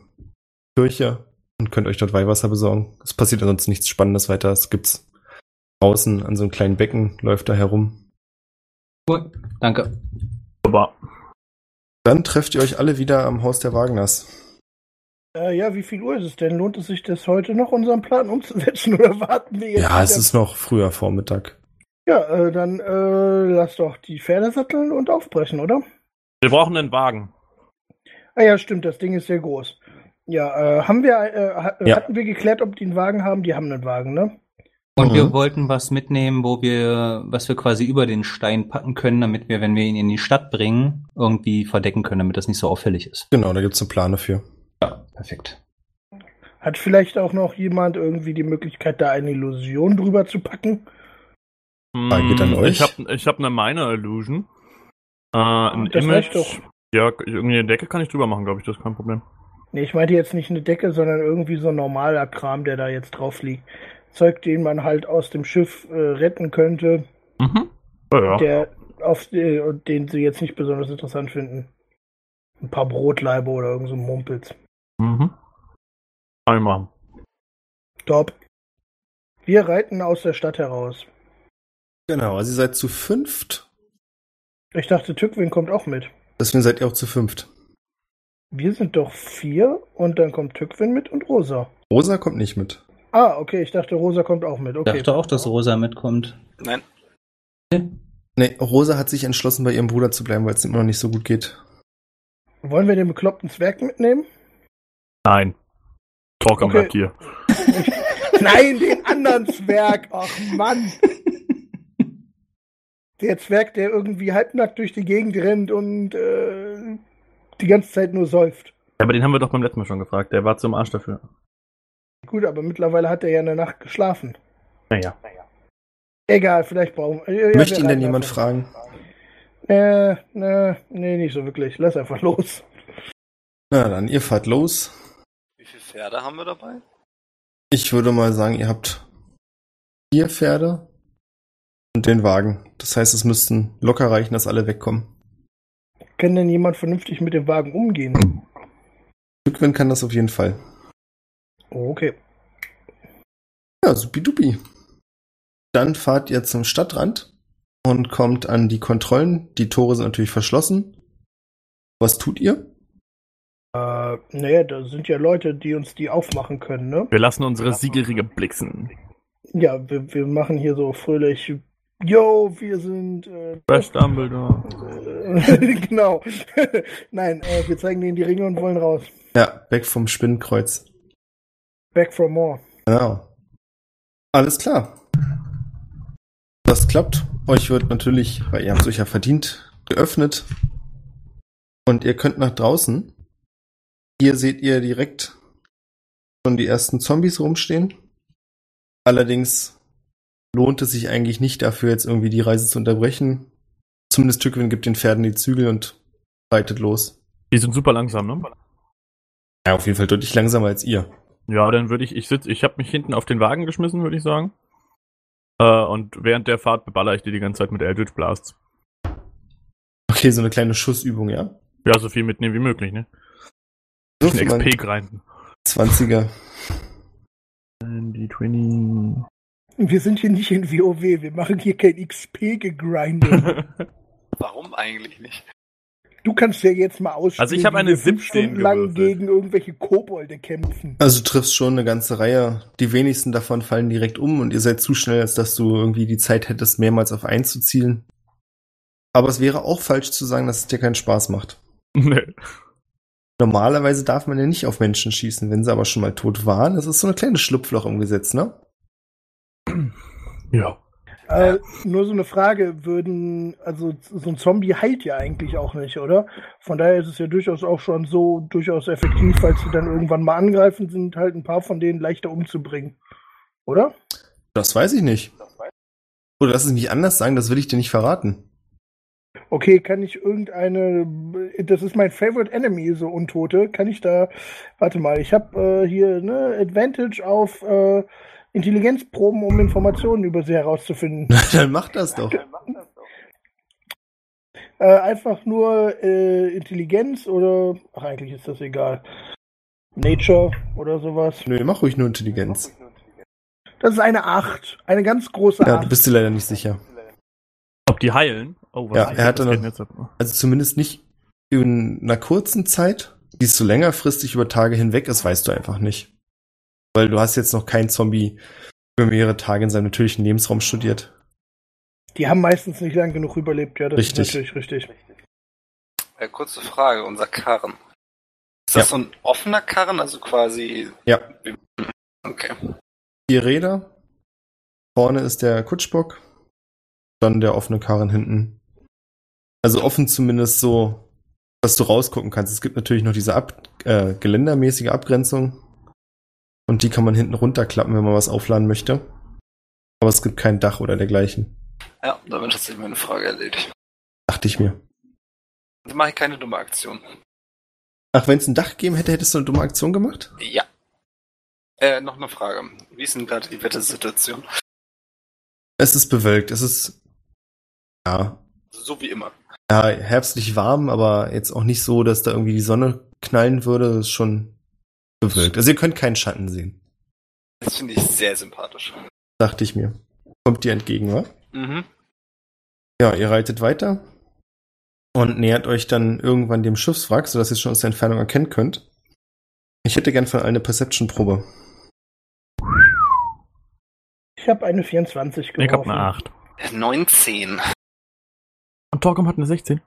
Kirche und könnt euch dort Weihwasser besorgen. Es passiert ansonsten nichts Spannendes weiter. Es gibt's draußen an so einem kleinen Becken, läuft da herum. Gut, danke. Aber Dann trefft ihr euch alle wieder am Haus der Wagners. Äh, ja, wie viel Uhr ist es denn? Lohnt es sich das heute noch, unseren Plan umzusetzen (laughs) oder warten wir jetzt? Ja, es wieder? ist noch früher Vormittag. Ja, äh, dann äh, lass doch die Pferde satteln und aufbrechen, oder? wir brauchen einen Wagen. Ah ja, stimmt, das Ding ist sehr groß. Ja, äh, haben wir, äh, ha- Ja. hatten wir geklärt, ob die einen Wagen haben? Die haben einen Wagen, ne? Und Mhm. wir wollten was mitnehmen, wo wir, was wir quasi über den Stein packen können, damit wir, wenn wir ihn in die Stadt bringen, irgendwie verdecken können, damit das nicht so auffällig ist. Genau, da gibt's eine Plane für. Perfekt. Hat vielleicht auch noch jemand irgendwie die Möglichkeit, da eine Illusion drüber zu packen? Frage geht an Mm, euch. Ich habe ich hab eine Minor Illusion. Äh, ein das Image. reicht doch. Ja, irgendwie eine Decke kann ich drüber machen, glaube ich, das ist kein Problem. Nee, ich meinte jetzt nicht eine Decke, sondern irgendwie so ein normaler Kram, der da jetzt drauf liegt. Zeug, den man halt aus dem Schiff äh, retten könnte, Mhm. Ja, ja. der auf äh, und den sie jetzt nicht besonders interessant finden. Ein paar Brotleibe oder irgend so ein Mumpels. Mhm. Kann ich machen. Top. Wir reiten aus der Stadt heraus. Genau, also ihr seid zu fünft. Ich dachte, Tückwin kommt auch mit. Deswegen seid ihr auch zu fünft. Wir sind doch vier und dann kommt Tückwin mit und Rosa. Rosa kommt nicht mit. Ah, okay, ich dachte, Rosa kommt auch mit. Ich Okay. dachte auch, dass Rosa mitkommt. Nein. Nee, Rosa hat sich entschlossen, bei ihrem Bruder zu bleiben, weil es ihm immer noch nicht so gut geht. Wollen wir den bekloppten Zwerg mitnehmen? Nein. Talker Okay. bleibt hier. Nein, den anderen Zwerg. Ach Mann. Der Zwerg, der irgendwie halbnackt durch die Gegend rennt und äh, die ganze Zeit nur säuft. Aber den haben wir doch beim letzten Mal schon gefragt. Der war zum Arsch dafür. Gut, aber mittlerweile hat er ja eine Nacht geschlafen. Naja. Egal, vielleicht brauchen äh, ja, Möchte ihn wir denn reiten jemand einfach. fragen? Äh, ne, nee, nicht so wirklich. Lass einfach los. Na dann, ihr fahrt los. Wie viele Pferde haben wir dabei? Ich würde mal sagen, ihr habt vier Pferde und den Wagen. Das heißt, es müssten locker reichen, dass alle wegkommen. Kann denn jemand vernünftig mit dem Wagen umgehen? Glückwin kann das auf jeden Fall. Oh, okay. Ja, supidupi. Dann fahrt ihr zum Stadtrand und kommt an die Kontrollen. Die Tore sind natürlich verschlossen. Was tut ihr? Äh, naja, da sind ja Leute, die uns die aufmachen können, ne? Wir lassen unsere Siegelringe blitzen. Ja, wir, wir machen hier so fröhlich. Yo, wir sind. Äh, Fresh Dumbledore. äh, (laughs) genau. (laughs) Nein, äh, wir zeigen denen die Ringe und wollen raus. Ja, weg vom Spinnenkreuz. Back for more. Genau. Alles klar. Das klappt. Euch wird natürlich, weil ihr habt es euch ja verdient, geöffnet. Und ihr könnt nach draußen. Hier seht ihr direkt schon die ersten Zombies rumstehen. Allerdings lohnt es sich eigentlich nicht dafür, jetzt irgendwie die Reise zu unterbrechen. Zumindest Tückwin gibt den Pferden die Zügel und reitet los. Die sind super langsam, ne? Ja, auf jeden Fall deutlich langsamer als ihr. Ja, dann würde ich, ich sitz, ich habe mich hinten auf den Wagen geschmissen, würde ich sagen. Äh, und während der Fahrt beballer ich die die ganze Zeit mit Eldritch Blasts. Okay, so eine kleine Schussübung, ja? Ja, so viel mitnehmen wie möglich, ne? Wirf Ein mal XP grinden. 20er. Die 20. Wir sind hier nicht in WoW, wir machen hier kein XP-Gegrindet. Warum eigentlich nicht? Du kannst ja jetzt mal ausspielen. Also ich habe wie eine wir fünf 17 Stunden lang gewürfelt. gegen irgendwelche Kobolde kämpfen. Also du triffst schon eine ganze Reihe. Die wenigsten davon fallen direkt um und ihr seid zu schnell, als dass du irgendwie die Zeit hättest, mehrmals auf einen zu zielen. Aber es wäre auch falsch zu sagen, dass es dir keinen Spaß macht. (laughs) nee. Normalerweise darf man ja nicht auf Menschen schießen, wenn sie aber schon mal tot waren. Das ist so ein kleines Schlupfloch im Gesetz, ne? Ja. Äh, nur so eine Frage, würden, also so ein Zombie heilt ja eigentlich auch nicht, oder? Von daher ist es ja durchaus auch schon so durchaus effektiv, falls sie dann irgendwann mal angreifen, sind halt ein paar von denen leichter umzubringen. Oder? Das weiß ich nicht. Oder lass es mich anders sagen, das will ich dir nicht verraten. (laughs) Okay, kann ich irgendeine, das ist mein Favorite Enemy, so Untote, kann ich da, warte mal, ich habe äh, hier ne Advantage auf äh, Intelligenzproben, um Informationen über sie herauszufinden. Dann mach das doch. Äh, einfach nur äh, Intelligenz oder. Ach, eigentlich ist das egal. Nature oder sowas. Nö, mach ruhig nur Intelligenz. Das ist eine 8. Eine ganz große 8. Ja, du bist dir leider nicht sicher. Ob die heilen? Oh, Ja, ist er hatte das? noch- Geht denn jetzt ab? Also zumindest nicht in einer kurzen Zeit. Die ist so längerfristig über Tage hinweg ist, weißt du einfach nicht. Weil du hast jetzt noch keinen Zombie über mehrere Tage in seinem natürlichen Lebensraum studiert. Die haben meistens nicht lang genug überlebt. Ja, das Richtig. ist natürlich richtig. Äh, kurze Frage, unser Karren. Ist das so ein offener Karren, also quasi... Ja. Okay. Vier Räder. Vorne ist der Kutschbock. Dann der offene Karren hinten. Also offen zumindest so, dass du rausgucken kannst. Es gibt natürlich noch diese Ab äh, geländermäßige Abgrenzung. Und die kann man hinten runterklappen, wenn man was aufladen möchte. Aber es gibt kein Dach oder dergleichen. Ja, damit hat sich meine Frage erledigt. Dachte ich mir. Dann mache ich keine dumme Aktion. Ach, wenn es ein Dach gegeben hätte, hättest du eine dumme Aktion gemacht? Ja. Äh, noch eine Frage. Wie ist denn gerade die Wettersituation? Es ist bewölkt, es ist. Ja. So wie immer. Ja, herbstlich warm, aber jetzt auch nicht so, dass da irgendwie die Sonne knallen würde. Das ist schon bewölkt. Also ihr könnt keinen Schatten sehen. Das finde ich sehr sympathisch. Dachte ich mir. Kommt dir entgegen, wa? Mhm. Ja, ihr reitet weiter und nähert euch dann irgendwann dem Schiffswrack, sodass ihr es schon aus der Entfernung erkennen könnt. Ich hätte gern von allen eine Perception-Probe. Ich habe eine 24 geworfen. Ich hab eine 8. 19. Und Torgum hat eine 16.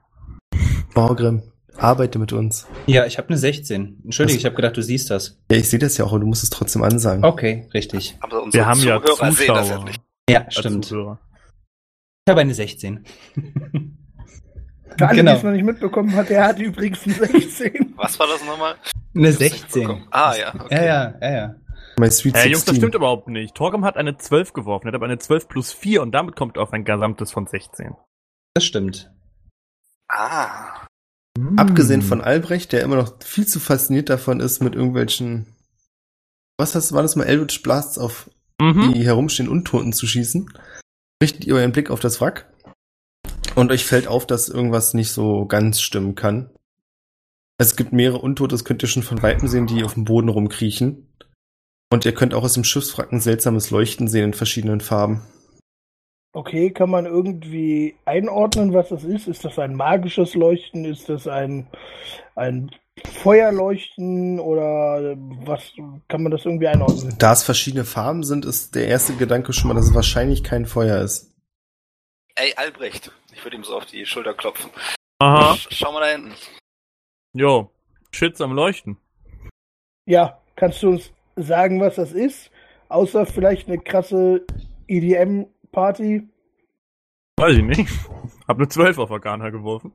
Borgrim. Arbeite mit uns. Ja, ich habe eine 16. Entschuldige, Was? ich habe gedacht, du siehst das. Ja, ich sehe das ja auch, aber du musst es trotzdem ansagen. Oh. Okay, richtig. Also Aber unsere Wir haben ja Zuhörer Zuschauer. sehen das ja nicht. Ja, als stimmt. Zuhörer. Ich habe eine 16. Für alle, Genau. die es noch nicht mitbekommen hat, der hat übrigens ein 16. Was war das nochmal? Eine hab's nicht 16. bekommen. Ah, ja, okay. Ja, ja, ja, ja. My Sweet Äh, Jungs, das 16. stimmt überhaupt nicht. Torgum hat eine 12 geworfen, er hat aber eine 12 plus 4 und damit kommt er auf ein gesamtes von 16. Das stimmt. Ah. Mhm. Hm. Abgesehen von Albrecht, der immer noch viel zu fasziniert davon ist, mit irgendwelchen, was hast, war das mal, Eldritch Blasts auf Mhm. die herumstehenden Untoten zu schießen, richtet ihr euren Blick auf das Wrack und euch fällt auf, dass irgendwas nicht so ganz stimmen kann. Es gibt mehrere Untote, das könnt ihr schon von Weitem sehen, die auf dem Boden rumkriechen. Und ihr könnt auch aus dem Schiffswrack ein seltsames Leuchten sehen in verschiedenen Farben. (laughs) Okay, kann man irgendwie einordnen, was das ist? Ist das ein magisches Leuchten? Ist das ein, ein Feuerleuchten? Oder äh, was kann man das irgendwie einordnen? Da es verschiedene Farben sind, ist der erste Gedanke schon mal, dass es wahrscheinlich kein Feuer ist. Ey, Albrecht. Ich würde ihm so auf die Schulter klopfen. Aha. Sch- Schau mal da hinten. Jo. Shits am Leuchten. Ja, kannst du uns sagen, was das ist? Außer vielleicht eine krasse E EDM-Party? Weiß ich nicht. (laughs) Hab eine 12 auf Organa geworfen.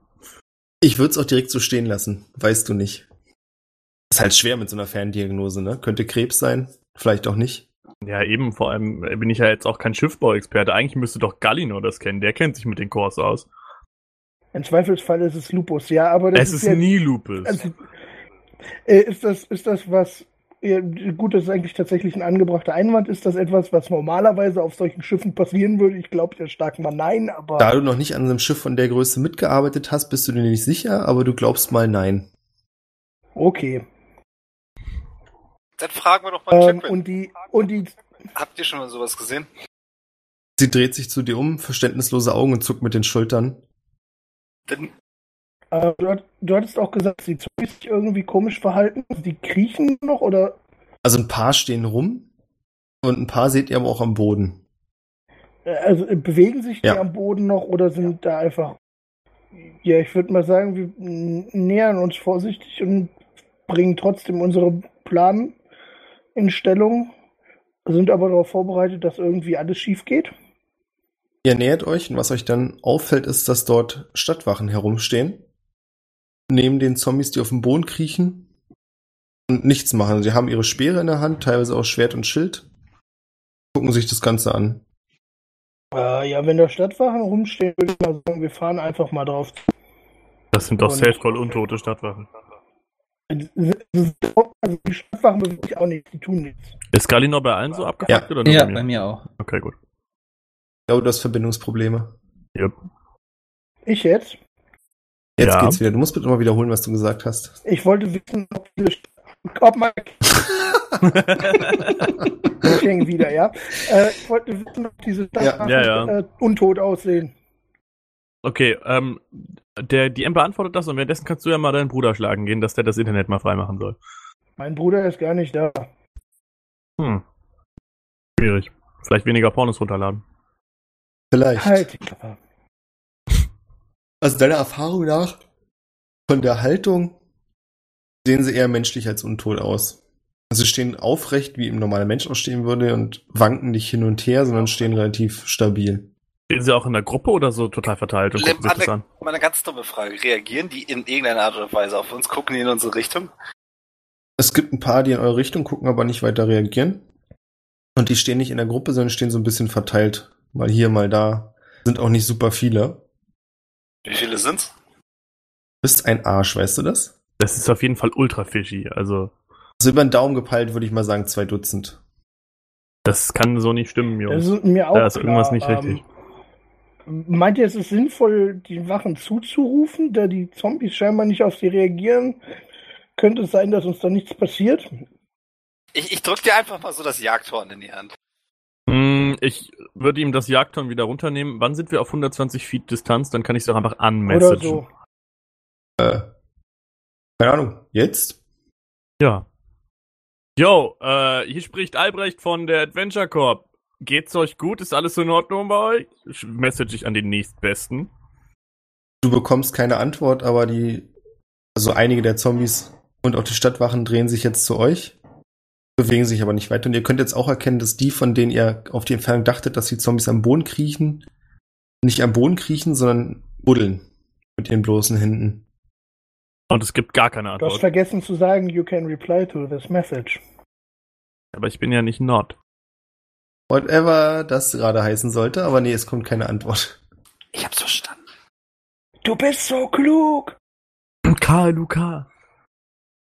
Ich würde es auch direkt so stehen lassen, weißt du nicht. Ist halt schwer mit so einer Ferndiagnose, ne? Könnte Krebs sein, vielleicht auch nicht. Ja, eben, vor allem bin ich ja jetzt auch kein Schiffbauexperte. Eigentlich müsste doch Gallino das kennen. Der kennt sich mit den Kors aus. Im Zweifelsfall ist es Lupus, ja, aber das es ist ja, nie Lupus. Also, äh, ist das, ist das was, ja, gut, das ist eigentlich tatsächlich ein angebrachter Einwand, ist das etwas, was normalerweise auf solchen Schiffen passieren würde? Ich glaube ja stark mal nein, aber Da du noch nicht an einem Schiff von der Größe mitgearbeitet hast, bist du dir nicht sicher, aber du glaubst mal nein. okay. Dann fragen wir doch mal Ähm, Chapman. und die, und die, Habt ihr schon mal sowas gesehen? Sie dreht sich zu dir um, verständnislose Augen und zuckt mit den Schultern. Denn äh, du, hat- du hattest auch gesagt, sie haben sich irgendwie komisch verhalten, die kriechen noch oder, Also ein paar stehen rum und ein paar seht ihr aber auch am Boden. äh, also äh, bewegen sich die Ja. am Boden noch oder sind da einfach, ja, ich würde mal sagen, wir n- nähern uns vorsichtig und bringen trotzdem unsere Plan in Stellung, sind aber darauf vorbereitet, dass irgendwie alles schief geht. Ihr nähert euch und was euch dann auffällt, ist, dass dort Stadtwachen herumstehen. Neben den Zombies, die auf den Boden kriechen und nichts machen. Sie haben ihre Speere in der Hand, teilweise auch Schwert und Schild. Gucken sich das Ganze an. Äh, ja, wenn da Stadtwachen rumstehen, würde ich mal sagen, wir fahren einfach mal drauf. zu. Das sind doch Und- Safe-Call-untote Stadtwachen. Also die Stadtwachen bewegen sich auch nichts, die tun nichts. Ist Gallino bei allen so abgefuckt oder nur ja, bei mir? bei mir auch. Okay, gut. Ich glaube, du hast Verbindungsprobleme. Yep. Ich jetzt? Jetzt Ja. geht's wieder. Du musst bitte mal wiederholen, was du gesagt hast. Ich wollte wissen, ob, viele St- ob man Ich häng wieder, ja. Äh, ich wollte wissen, ob diese Stadtwachen Ja, ja, Äh, untot aussehen. Okay, ähm, der, die M beantwortet das und währenddessen kannst du ja mal deinen Bruder schlagen gehen, dass der das Internet mal freimachen soll. Mein Bruder ist gar nicht da. Hm. Schwierig. Vielleicht weniger Pornos runterladen. Vielleicht. Halt die Klappe. Also deiner Erfahrung nach, von der Haltung, sehen sie eher menschlich als untot aus. Also sie stehen aufrecht, wie ein normaler Mensch auch stehen würde und wanken nicht hin und her, sondern stehen relativ stabil. Sind sie auch in der Gruppe oder so total verteilt und gucken sich das an? mal eine ganz dumme Frage. Reagieren die in irgendeiner Art und Weise auf uns? Gucken die in unsere Richtung? Es gibt ein paar, die in eure Richtung gucken, aber nicht weiter reagieren. Und die stehen nicht in der Gruppe, sondern stehen so ein bisschen verteilt. Mal hier, mal da. Sind auch nicht super viele. Wie viele sind's? Bist ein Arsch, weißt du das? Das ist auf jeden Fall ultra fishy. Also, Also über den Daumen gepeilt würde ich mal sagen, zwei Dutzend. das kann so nicht stimmen, Das Jungs. ist mir auch Da ist irgendwas klar. nicht richtig. Ähm, meint ihr, es ist sinnvoll, die Wachen zuzurufen, da die Zombies scheinbar nicht auf sie reagieren? Könnte es sein, dass uns da nichts passiert? Ich, ich drück dir einfach mal so das Jagdhorn in die Hand. Hm, ich würde ihm das Jagdhorn wieder runternehmen. Wann sind wir auf 120 Feet Distanz? Dann kann ich es doch einfach Oder anmessagen. so. Äh, keine Ahnung. Jetzt? Ja. Yo, äh, hier spricht Albrecht von der Adventure Corp. Geht's euch gut? Ist alles in Ordnung bei euch? Sch- Message ich an den nächstbesten. Du bekommst keine Antwort, aber die Also einige der Zombies und auch die Stadtwachen drehen sich jetzt zu euch, bewegen sich aber nicht weiter. Und ihr könnt jetzt auch erkennen, dass die, von denen ihr auf die Entfernung dachtet, dass die Zombies am Boden kriechen, nicht am Boden kriechen, sondern buddeln mit ihren bloßen Händen. Und es gibt gar keine Du hast Antwort. vergessen zu sagen, you can reply to this message. Aber ich bin ja nicht Nord. Whatever das gerade heißen sollte, aber nee, es kommt keine Antwort. Ich hab's verstanden. Du bist so klug! (clears throat) Karl Luca.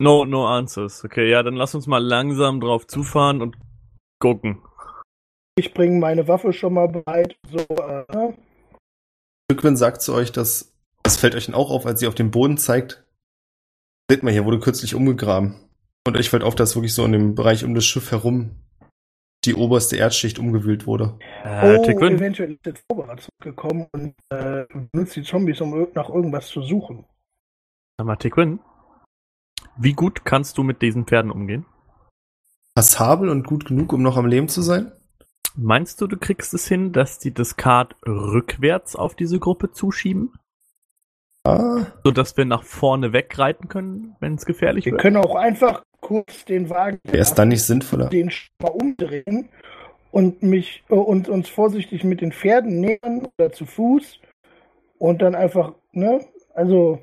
No, no answers. Okay, ja, dann lass uns mal langsam drauf zufahren und gucken. Ich bringe meine Waffe schon mal bereit. So, äh, Glückwin sagt zu euch, dass das fällt euch dann auch auf, als sie auf den Boden zeigt. Seht mal, hier wurde kürzlich umgegraben. Und euch fällt auf, dass wirklich so in dem Bereich um das Schiff herum die oberste Erdschicht umgewühlt wurde. Äh, oh, Tickwin? eventuell ist der Zauberer zurückgekommen und äh, benutzt die Zombies, um irg- nach irgendwas zu suchen. Sag mal, Tickwin. Wie gut kannst du mit diesen Pferden umgehen? Passabel und gut genug, um noch am Leben zu sein? Meinst du, du kriegst es hin, dass die das Kart rückwärts auf diese Gruppe zuschieben? Ah, Sodass wir nach vorne wegreiten können, wenn es gefährlich Wir wird? können auch einfach kurz den Wagen wäre es dann nicht sinnvoller? den schon mal umdrehen und mich äh, und uns vorsichtig mit den Pferden nähern oder zu Fuß und dann einfach, ne? Also,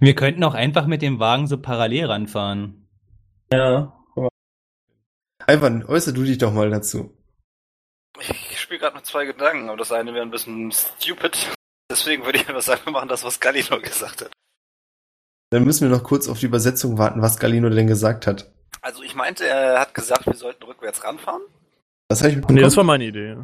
Wir könnten auch einfach mit dem Wagen so parallel ranfahren. Ja. Ivan, äußer du dich doch mal dazu. Ich spiele gerade mit zwei Gedanken, aber das eine wäre ein bisschen stupid. Deswegen würde ich einfach sagen, wir machen das, was Galino gesagt hat. Dann müssen wir noch kurz auf die Übersetzung warten, was Galino denn gesagt hat. Also ich meinte, er hat gesagt, wir sollten rückwärts ranfahren. Das habe ich Nee, mitbekommen. das war meine Idee.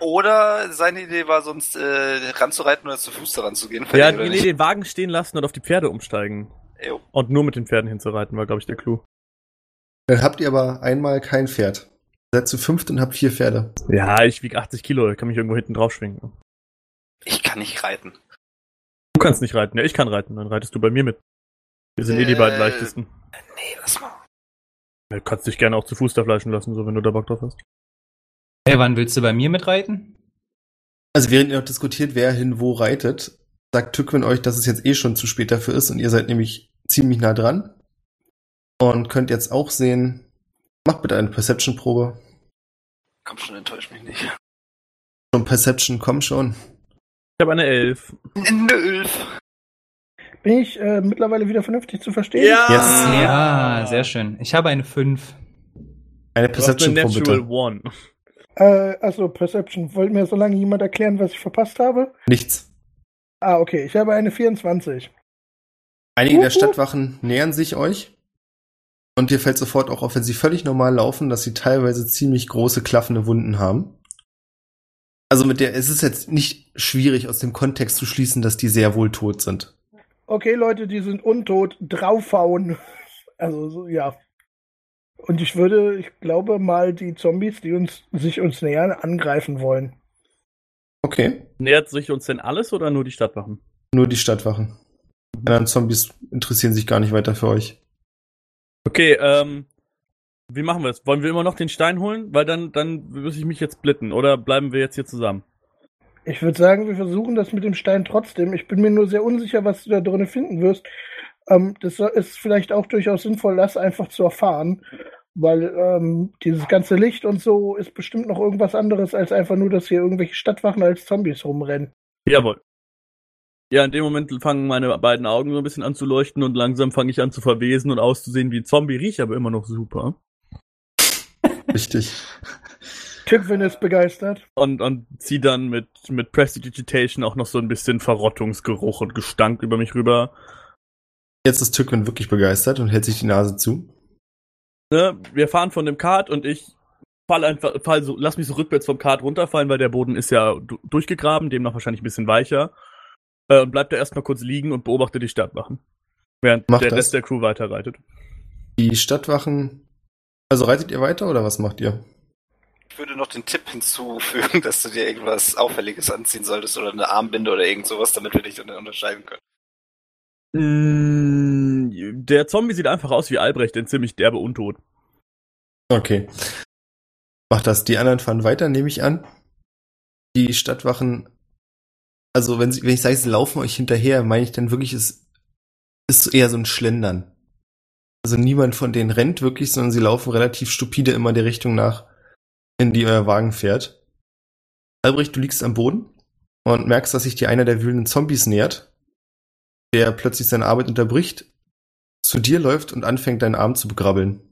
Oder seine Idee war sonst äh, ranzureiten oder zu Fuß daran zu gehen. Ja, Fertig, oder nee, nee, nicht? den Wagen stehen lassen und auf die Pferde umsteigen. Jo. Und nur mit den Pferden hinzureiten, war, glaube ich, der Clou. Dann habt ihr aber einmal kein Pferd. Seid zu fünft und habt vier Pferde. Ja, ich wiege 80 Kilo, ich kann mich irgendwo hinten drauf schwingen. Ich kann nicht reiten. Du kannst nicht reiten, ja, ich kann reiten, dann reitest du bei mir mit. Wir sind eh die beiden Äh. leichtesten. Nee, lass mal. Du kannst dich gerne auch zu Fuß da fleischen lassen, so wenn du da Bock drauf hast. Hey, wann willst du bei mir mitreiten? Also während ihr noch diskutiert, wer hin wo reitet, sagt Tückwin euch, dass es jetzt eh schon zu spät dafür ist und ihr seid nämlich ziemlich nah dran. Und könnt jetzt auch sehen, macht bitte eine Perception-Probe. Komm schon, enttäusch mich nicht. Schon Perception, komm schon. Ich habe eine Elf. Eine Ölf. bin ich äh, mittlerweile wieder vernünftig zu verstehen? Yes. Ja, sehr schön. Ich habe eine 5. Eine Du hast eine Perception-Probe Natural bitte. One. Äh, also, Perception. Wollte mir so lange jemand erklären, was ich verpasst habe? Nichts. Ah, okay. Ich habe eine 24. Einige der Uhu. Stadtwachen nähern sich euch. Und dir fällt sofort auch auf, wenn sie völlig normal laufen, dass sie teilweise ziemlich große klaffende Wunden haben. Also mit der, es ist jetzt nicht schwierig aus dem Kontext zu schließen, dass die sehr wohl tot sind. Okay, Leute, die sind untot. Draufhauen. Also, so, ja. Und ich würde, ich glaube, mal die Zombies, die uns sich uns nähern, angreifen wollen. Okay. Nähert sich uns denn alles oder nur die Stadtwachen? Nur die Stadtwachen. Anderen Zombies interessieren sich gar nicht weiter für euch. Okay, ähm, wie machen wir es? Wollen wir immer noch den Stein holen? Weil dann, dann muss ich mich jetzt splitten. Oder bleiben wir jetzt hier zusammen? Ich würde sagen, wir versuchen das mit dem Stein trotzdem. Ich bin mir nur sehr unsicher, was du da drin finden wirst. Ähm, das so- ist vielleicht auch durchaus sinnvoll, das einfach zu erfahren, weil ähm, dieses ganze Licht und so ist bestimmt noch irgendwas anderes als einfach nur, dass hier irgendwelche Stadtwachen als Zombies rumrennen. Jawohl. Ja, in dem Moment fangen meine beiden Augen so ein bisschen an zu leuchten und langsam fange ich an zu verwesen und auszusehen wie ein Zombie, rieche aber immer noch super. Richtig. Tückwin ist begeistert. Und, und zieh dann mit, mit Prestidigitation auch noch so ein bisschen Verrottungsgeruch und Gestank über mich rüber. Jetzt ist Tückwin wirklich begeistert und hält sich die Nase zu. Ne? Wir fahren von dem Kart und ich fall einfach, fall so, lass mich so rückwärts vom Kart runterfallen, weil der Boden ist ja du- durchgegraben, demnach wahrscheinlich ein bisschen weicher. Äh, und bleib da erstmal kurz liegen und beobachte die Stadtwachen. Während Mach der das. Rest der Crew weiterreitet. Die Stadtwachen. Also reitet ihr weiter oder was macht ihr? Ich würde noch den Tipp hinzufügen, (laughs) dass du dir irgendwas Auffälliges anziehen solltest oder eine Armbinde oder irgend sowas, damit wir dich dann unterscheiden können. Mm, Der Zombie sieht einfach aus wie Albrecht, ein ziemlich derbe Untot. Okay. Macht das. Die anderen fahren weiter, nehme ich an. Die Stadtwachen. Also wenn, sie, wenn ich sage, sie laufen euch hinterher, meine ich dann wirklich, es ist eher so ein Schlendern. Also niemand von denen rennt wirklich, sondern sie laufen relativ stupide immer der Richtung nach, in die euer Wagen fährt. Albrecht, du liegst am Boden und merkst, dass sich dir einer der wühlenden Zombies nähert, der plötzlich seine Arbeit unterbricht, zu dir läuft und anfängt, deinen Arm zu begrabbeln.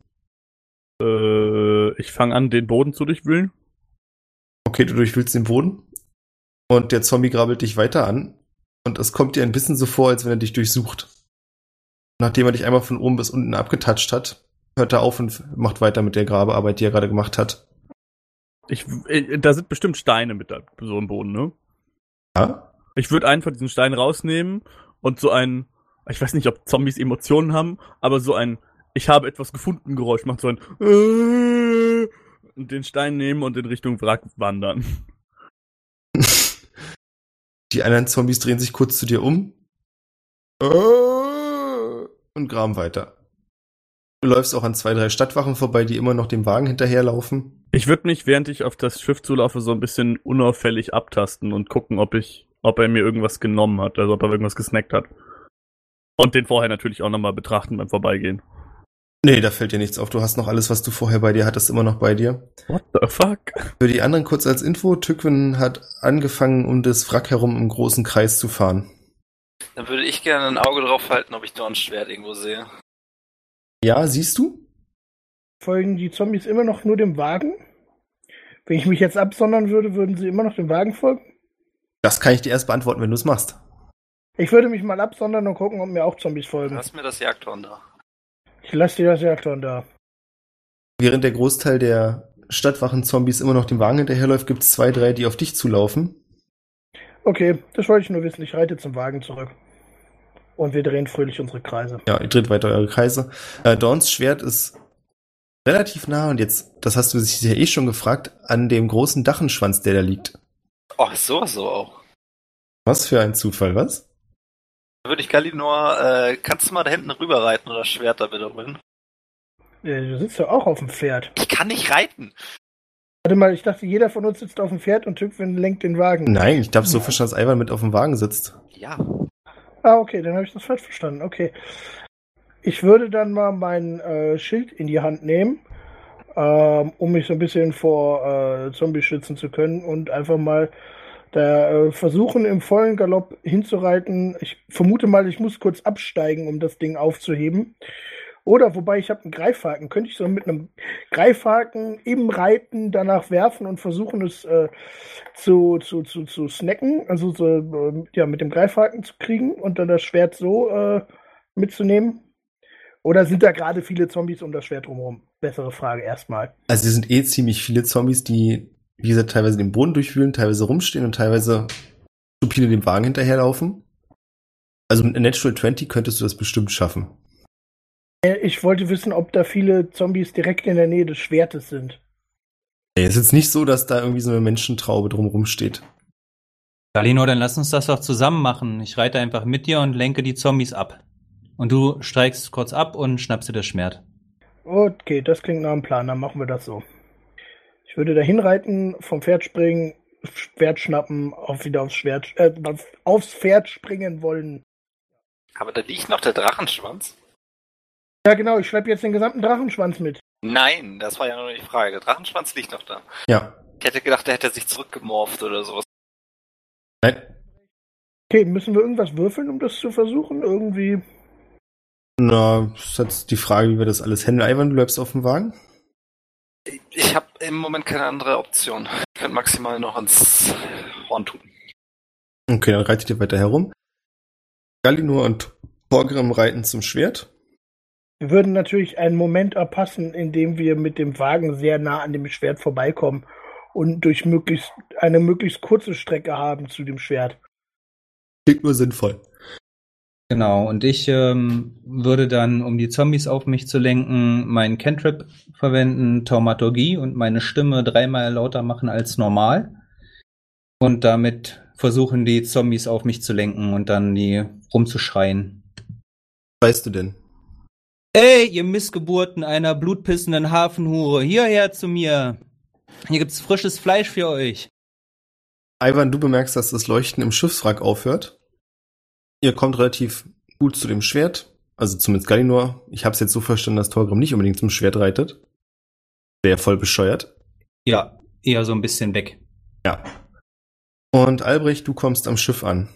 Äh, ich fange an, den Boden zu durchwühlen. Okay, du durchwühlst den Boden und der Zombie grabbelt dich weiter an und es kommt dir ein bisschen so vor, als wenn er dich durchsucht. Nachdem er dich einmal von oben bis unten abgetatscht hat, hört er auf und macht weiter mit der Grabearbeit, die er gerade gemacht hat. Ich, äh, da sind bestimmt Steine mit da, so im Boden, ne? Ja? (laughs) Ich würde einen von diesen Steinen rausnehmen und so ein, ich weiß nicht, ob Zombies Emotionen haben, aber so ein, ich habe etwas gefunden Geräusch macht so ein, äh, und den Stein nehmen und in Richtung Wrack wandern. Die anderen Zombies drehen sich kurz zu dir um. Äh, Und graben weiter. Du läufst auch an zwei, drei Stadtwachen vorbei, die immer noch dem Wagen hinterherlaufen. Ich würde mich, während ich auf das Schiff zulaufe, so ein bisschen unauffällig abtasten und gucken, ob ich, ob er mir irgendwas genommen hat, also ob er irgendwas gesnackt hat. Und den vorher natürlich auch nochmal betrachten beim Vorbeigehen. Nee, da fällt dir nichts auf. Du hast noch alles, was du vorher bei dir hattest, immer noch bei dir. What the fuck? Für die anderen kurz als Info, Tückwin hat angefangen, um das Wrack herum im großen Kreis zu fahren. Dann würde ich gerne ein Auge drauf halten, ob ich dort ein Schwert irgendwo sehe. Ja, siehst du? Folgen die Zombies immer noch nur dem Wagen? Wenn ich mich jetzt absondern würde, würden sie immer noch dem Wagen folgen? Das kann ich dir erst beantworten, wenn du es machst. Ich würde mich mal absondern und gucken, ob mir auch Zombies folgen. Lass mir das Jagdhorn da. Ich lasse dir das Jagdhorn da. Während der Großteil der Stadtwachen-Zombies immer noch dem Wagen hinterherläuft, gibt es zwei, drei, die auf dich zulaufen. Okay, das wollte ich nur wissen. Ich reite zum Wagen zurück. Und wir drehen fröhlich unsere Kreise. Ja, ihr dreht weiter eure Kreise. Äh, Dorns Schwert ist relativ nah und jetzt, das hast du sich ja eh schon gefragt, an dem großen Dachenschwanz, der da liegt. Oh, sowas so auch. Was für ein Zufall, was? Dann würde ich Galinor, äh, kannst du mal da hinten rüberreiten oder das Schwert da bitte holen? Äh, Du sitzt ja auch auf dem Pferd. Ich kann nicht reiten. Warte mal, ich dachte, jeder von uns sitzt auf dem Pferd und Tückwin lenkt den Wagen. Nein, ich habe so verstanden, dass Ivan mit auf dem Wagen sitzt. Ja. Ah, okay, dann habe ich das falsch verstanden. Okay. Ich würde dann mal mein äh, Schild in die Hand nehmen, ähm, um mich so ein bisschen vor äh, Zombies schützen zu können und einfach mal da äh, versuchen, im vollen Galopp hinzureiten. Ich vermute mal, ich muss kurz absteigen, um das Ding aufzuheben. Oder wobei ich habe einen Greifhaken. Könnte ich so mit einem Greifhaken eben reiten, danach werfen und versuchen, es äh, zu, zu, zu, zu snacken, also so, ähm, ja, mit dem Greifhaken zu kriegen und dann das Schwert so äh, mitzunehmen? Oder sind da gerade viele Zombies um das Schwert drumherum? Bessere Frage erstmal. Also hier sind eh ziemlich viele Zombies, die, wie gesagt, teilweise den Boden durchwühlen, teilweise rumstehen und teilweise stupide dem Wagen hinterherlaufen. Also mit einer Natural 20 könntest du das bestimmt schaffen. Äh, Ich wollte wissen, ob da viele Zombies direkt in der Nähe des Schwertes sind. Ey, Es ist jetzt nicht so, dass da irgendwie so eine Menschentraube drumrum steht. Galino, dann lass uns das doch zusammen machen. Ich reite einfach mit dir und lenke die Zombies ab. Und du steigst kurz ab und schnappst dir das Schwert. Okay, das klingt nach einem Plan, dann machen wir das so. Ich würde da hinreiten, vom Pferd springen, Schwert schnappen, auf wieder aufs Schwert, äh, aufs Pferd springen wollen. Aber da liegt noch der Drachenschwanz. Ja, genau, ich schleppe jetzt den gesamten Drachenschwanz mit. Nein, das war ja nur die Frage. Der Drachenschwanz liegt noch da. Ja. Ich hätte gedacht, der hätte sich zurückgemorpht oder sowas. Nein. Okay, müssen wir irgendwas würfeln, um das zu versuchen? Irgendwie. Na, ist jetzt die Frage, wie wir das alles handeln. Ivan, du bleibst auf dem Wagen. Ich habe im Moment keine andere Option. Ich könnte maximal noch ans Horn tun. Okay, dann reitet ihr weiter herum. Galinor und Borgrim reiten zum Schwert. Wir würden natürlich einen Moment erpassen, in dem wir mit dem Wagen sehr nah an dem Schwert vorbeikommen und durch möglichst eine möglichst kurze Strecke haben zu dem Schwert. Klingt nur sinnvoll. Genau, und ich ähm, würde dann, um die Zombies auf mich zu lenken, meinen Cantrip verwenden, Taumaturgie und meine Stimme dreimal lauter machen als normal. Und damit versuchen die Zombies auf mich zu lenken und dann die rumzuschreien. Weißt du denn? Ey, ihr Missgeburten einer blutpissenden Hafenhure, hierher zu mir. Hier gibt's frisches Fleisch für euch. Ivan, du bemerkst, dass das Leuchten im Schiffswrack aufhört. Ihr kommt relativ gut zu dem Schwert. Also zumindest Galinor. Ich habe es jetzt so verstanden, dass Torgrim nicht unbedingt zum Schwert reitet. Wäre voll bescheuert. Ja, eher so ein bisschen weg. Ja. Und Albrecht, du kommst am Schiff an.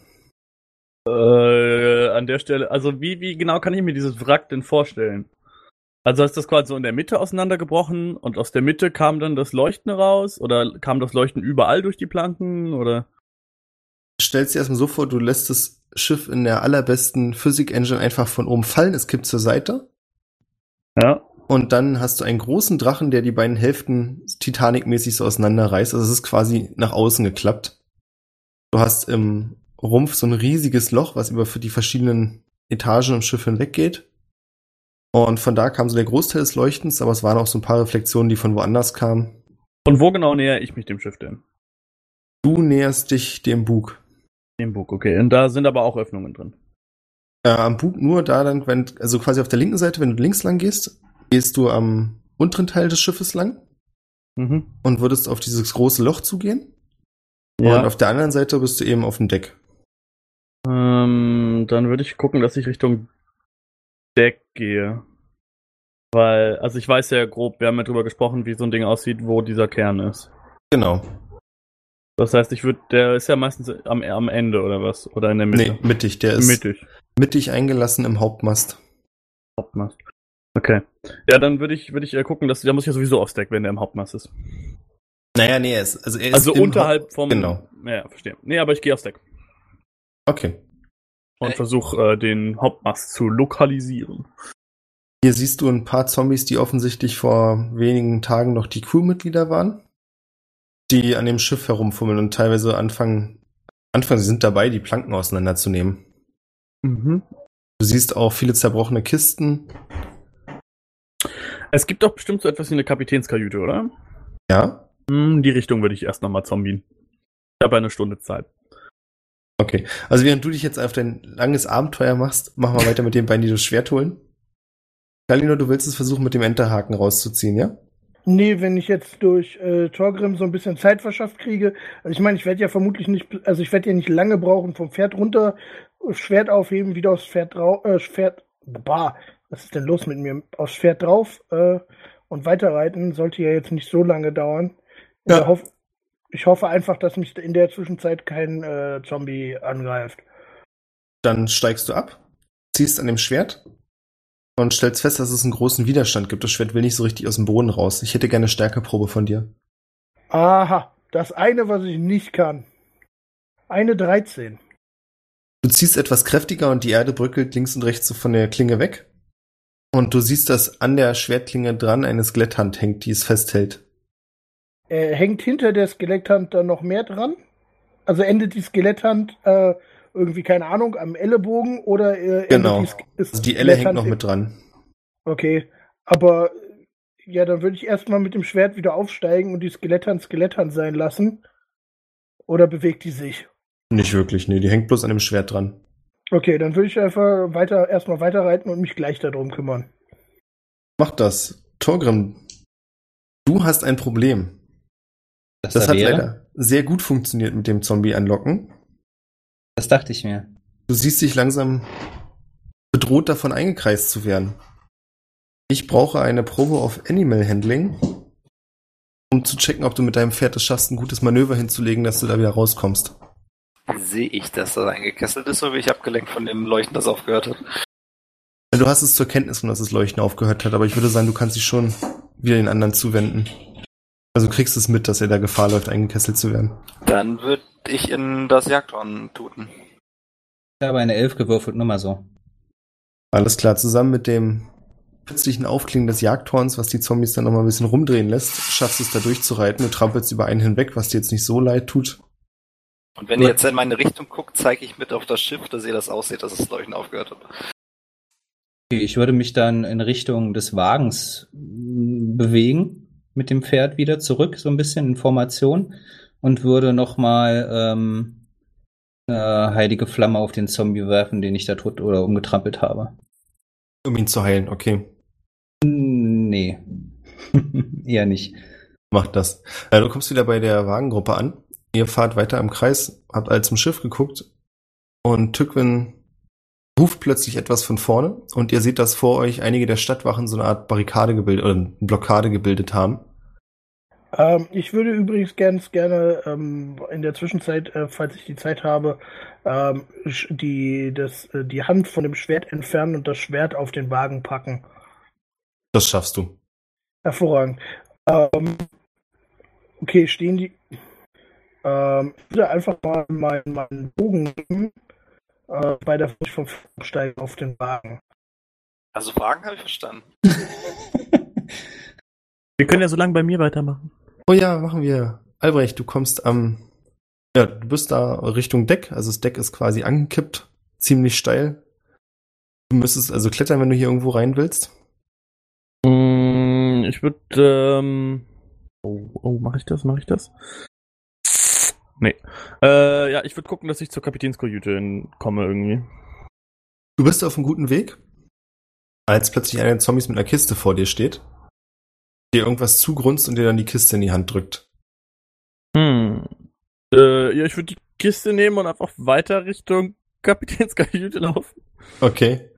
Äh, an der Stelle, also wie, wie genau kann ich mir dieses Wrack denn vorstellen? Also ist das quasi so in der Mitte auseinandergebrochen und aus der Mitte kam dann das Leuchten raus oder kam das Leuchten überall durch die Planken oder? Stellst dir erstmal so vor, du lässt das Schiff in der allerbesten Physik-Engine einfach von oben fallen, es kippt zur Seite Ja. und dann hast du einen großen Drachen, der die beiden Hälften Titanic-mäßig so auseinanderreißt. Also es ist quasi nach außen geklappt. Du hast im Rumpf so ein riesiges Loch, was über für die verschiedenen Etagen im Schiff hinweggeht. Und von da kam so der Großteil des Leuchtens, aber es waren auch so ein paar Reflexionen, die von woanders kamen. Und wo genau näher ich mich dem Schiff denn? Du näherst dich dem Bug. Dem Bug, okay. Und da sind aber auch Öffnungen drin. Äh, am Bug nur da dann, wenn, also quasi auf der linken Seite, wenn du links lang gehst, gehst du am unteren Teil des Schiffes lang Mhm. und würdest auf dieses große Loch zugehen. Und Ja. auf der anderen Seite bist du eben auf dem Deck. Ähm, dann würde ich gucken, dass ich Richtung Deck gehe. Weil, also ich weiß ja grob, wir haben ja drüber gesprochen, wie so ein Ding aussieht, wo dieser Kern ist. Genau. Das heißt, ich würde, der ist ja meistens am, am Ende oder was? Oder in der Mitte. Nee, mittig. Der ist Mittig. mittig eingelassen im Hauptmast. Hauptmast. Okay. Ja, dann würde ich, würde ich äh, gucken, dass, der muss ja sowieso aufs Deck, wenn der im Hauptmast ist. Naja, nee, er ist, also er ist also im unterhalb vom. genau. Ja, verstehe. Nee, aber ich gehe aufs Deck. Haupt- Okay. Und Äh. versuche äh, den Hauptmast zu lokalisieren. Hier siehst du ein paar Zombies, die offensichtlich vor wenigen Tagen noch die Crewmitglieder waren, die an dem Schiff herumfummeln und teilweise anfangen, anfangen, sie sind dabei, die Planken auseinanderzunehmen. Mhm. Du siehst auch viele zerbrochene Kisten. Es gibt doch bestimmt so etwas wie eine Kapitänskajüte, oder? Ja, Hm, die Richtung würde ich erst nochmal zombien. Ich habe eine Stunde Zeit. okay. Also während du dich jetzt auf dein langes Abenteuer machst, machen wir weiter mit den beiden, die das Schwert holen. Galino, du willst es versuchen, mit dem Enterhaken rauszuziehen, ja? Nee, wenn ich jetzt durch äh, Torgrim so ein bisschen Zeit verschafft kriege, also ich meine, ich werde ja vermutlich nicht, also ich werde ja nicht lange brauchen, vom Pferd runter, äh, Schwert aufheben, wieder aufs Pferd drauf, äh, Schwert, bah, was ist denn los mit mir? Aufs Pferd drauf äh, und weiterreiten, sollte ja jetzt nicht so lange dauern. Ja. Ich, hoff, ich hoffe einfach, dass mich in der Zwischenzeit kein äh, Zombie angreift. Dann steigst du ab, ziehst an dem Schwert und stellst fest, dass es einen großen Widerstand gibt. Das Schwert will nicht so richtig aus dem Boden raus. Ich hätte gerne eine Stärkeprobe von dir. Aha, das eine, was ich nicht kann. Eine 13. Du ziehst etwas kräftiger und die Erde bröckelt links und rechts so von der Klinge weg. Und du siehst, dass an der Schwertklinge dran eine Skeletthand hängt, die es festhält. Äh, hängt hinter der Skeletthand dann noch mehr dran? Also endet die Skeletthand äh, irgendwie, keine Ahnung, am Ellenbogen oder äh, Genau. endet die, Ske- Also die Elle hängt Skeletthand- noch mit dran. Okay, aber äh, ja, dann würde ich erstmal mit dem Schwert wieder aufsteigen und die Skeletthand Skeletthand sein lassen. Oder bewegt die sich? Nicht wirklich, nee, die hängt bloß an dem Schwert dran. Okay, dann würde ich einfach weiter erstmal weiterreiten und mich gleich darum kümmern. Mach das. Torgrim, du hast ein Problem. Das, Das da hat wäre? leider sehr gut funktioniert mit dem Zombie anlocken. Das dachte ich mir. Du siehst dich langsam bedroht davon eingekreist zu werden. Ich brauche eine Probe auf Animal Handling, um zu checken, ob du mit deinem Pferd es schaffst, ein gutes Manöver hinzulegen, dass du da wieder rauskommst. Sehe ich, dass das eingekesselt ist oder bin ich abgelenkt von dem Leuchten, das aufgehört hat? Du hast es zur Kenntnis, genommen, dass das Leuchten aufgehört hat, aber ich würde sagen, du kannst dich schon wieder den anderen zuwenden. Also du kriegst es mit, dass er da Gefahr läuft, eingekesselt zu werden. Dann würde ich in das Jagdhorn tuten. Ich habe eine Elf gewürfelt, nur mal so. Alles klar, zusammen mit dem plötzlichen Aufklingen des Jagdhorns, was die Zombies dann nochmal ein bisschen rumdrehen lässt, schaffst du es da durchzureiten. Du trampelst über einen hinweg, was dir jetzt nicht so leid tut. Und wenn ihr jetzt in meine Richtung guckt, zeige ich mit auf das Schiff, dass ihr das ausseht, dass das Leuchten aufgehört hat. Okay, ich würde mich dann in Richtung des Wagens mm, bewegen, mit dem Pferd wieder zurück, so ein bisschen in Formation und würde nochmal ähm, äh, heilige Flamme auf den Zombie werfen, den ich da tot oder umgetrampelt habe. Um ihn zu heilen, okay. Hm, Nee. (laughs) Eher nicht. Mach das. Äh, Du kommst wieder bei der Wagengruppe an. Ihr fahrt weiter im Kreis, habt alle zum Schiff geguckt und Tückwin ruft plötzlich etwas von vorne und ihr seht, dass vor euch einige der Stadtwachen so eine Art Barrikade gebildet oder eine Blockade gebildet haben. Ähm, ich würde übrigens ganz gerne ähm, in der Zwischenzeit, äh, falls ich die Zeit habe, ähm, sch- die, das, äh, die Hand von dem Schwert entfernen und das Schwert auf den Wagen packen. Das schaffst du. Hervorragend. Ähm, okay, stehen die. Ähm, ich würde einfach mal meinen, meinen Bogen nehmen, äh, bei der Flucht vom Steigen auf den Wagen. Also Wagen habe ich (laughs) verstanden. Wir können ja so lange bei mir weitermachen. Oh ja, machen wir. Albrecht, du kommst am. Ja, du bist da Richtung Deck. Also das Deck ist quasi angekippt. Ziemlich steil. Du müsstest also klettern, wenn du hier irgendwo rein willst. Mm, Ich würde, ähm. Oh, oh mache ich das? Mache ich das? Nee. Äh, ja, ich würde gucken, dass ich zur Kapitänskajüte hin- komme irgendwie. Du bist auf einem guten Weg, als plötzlich einer der Zombies mit einer Kiste vor dir steht, dir irgendwas zugrunzt und dir dann die Kiste in die Hand drückt. Hm. Äh, ja, ich würde die Kiste nehmen und einfach weiter Richtung Kapitänskajüte laufen. Okay.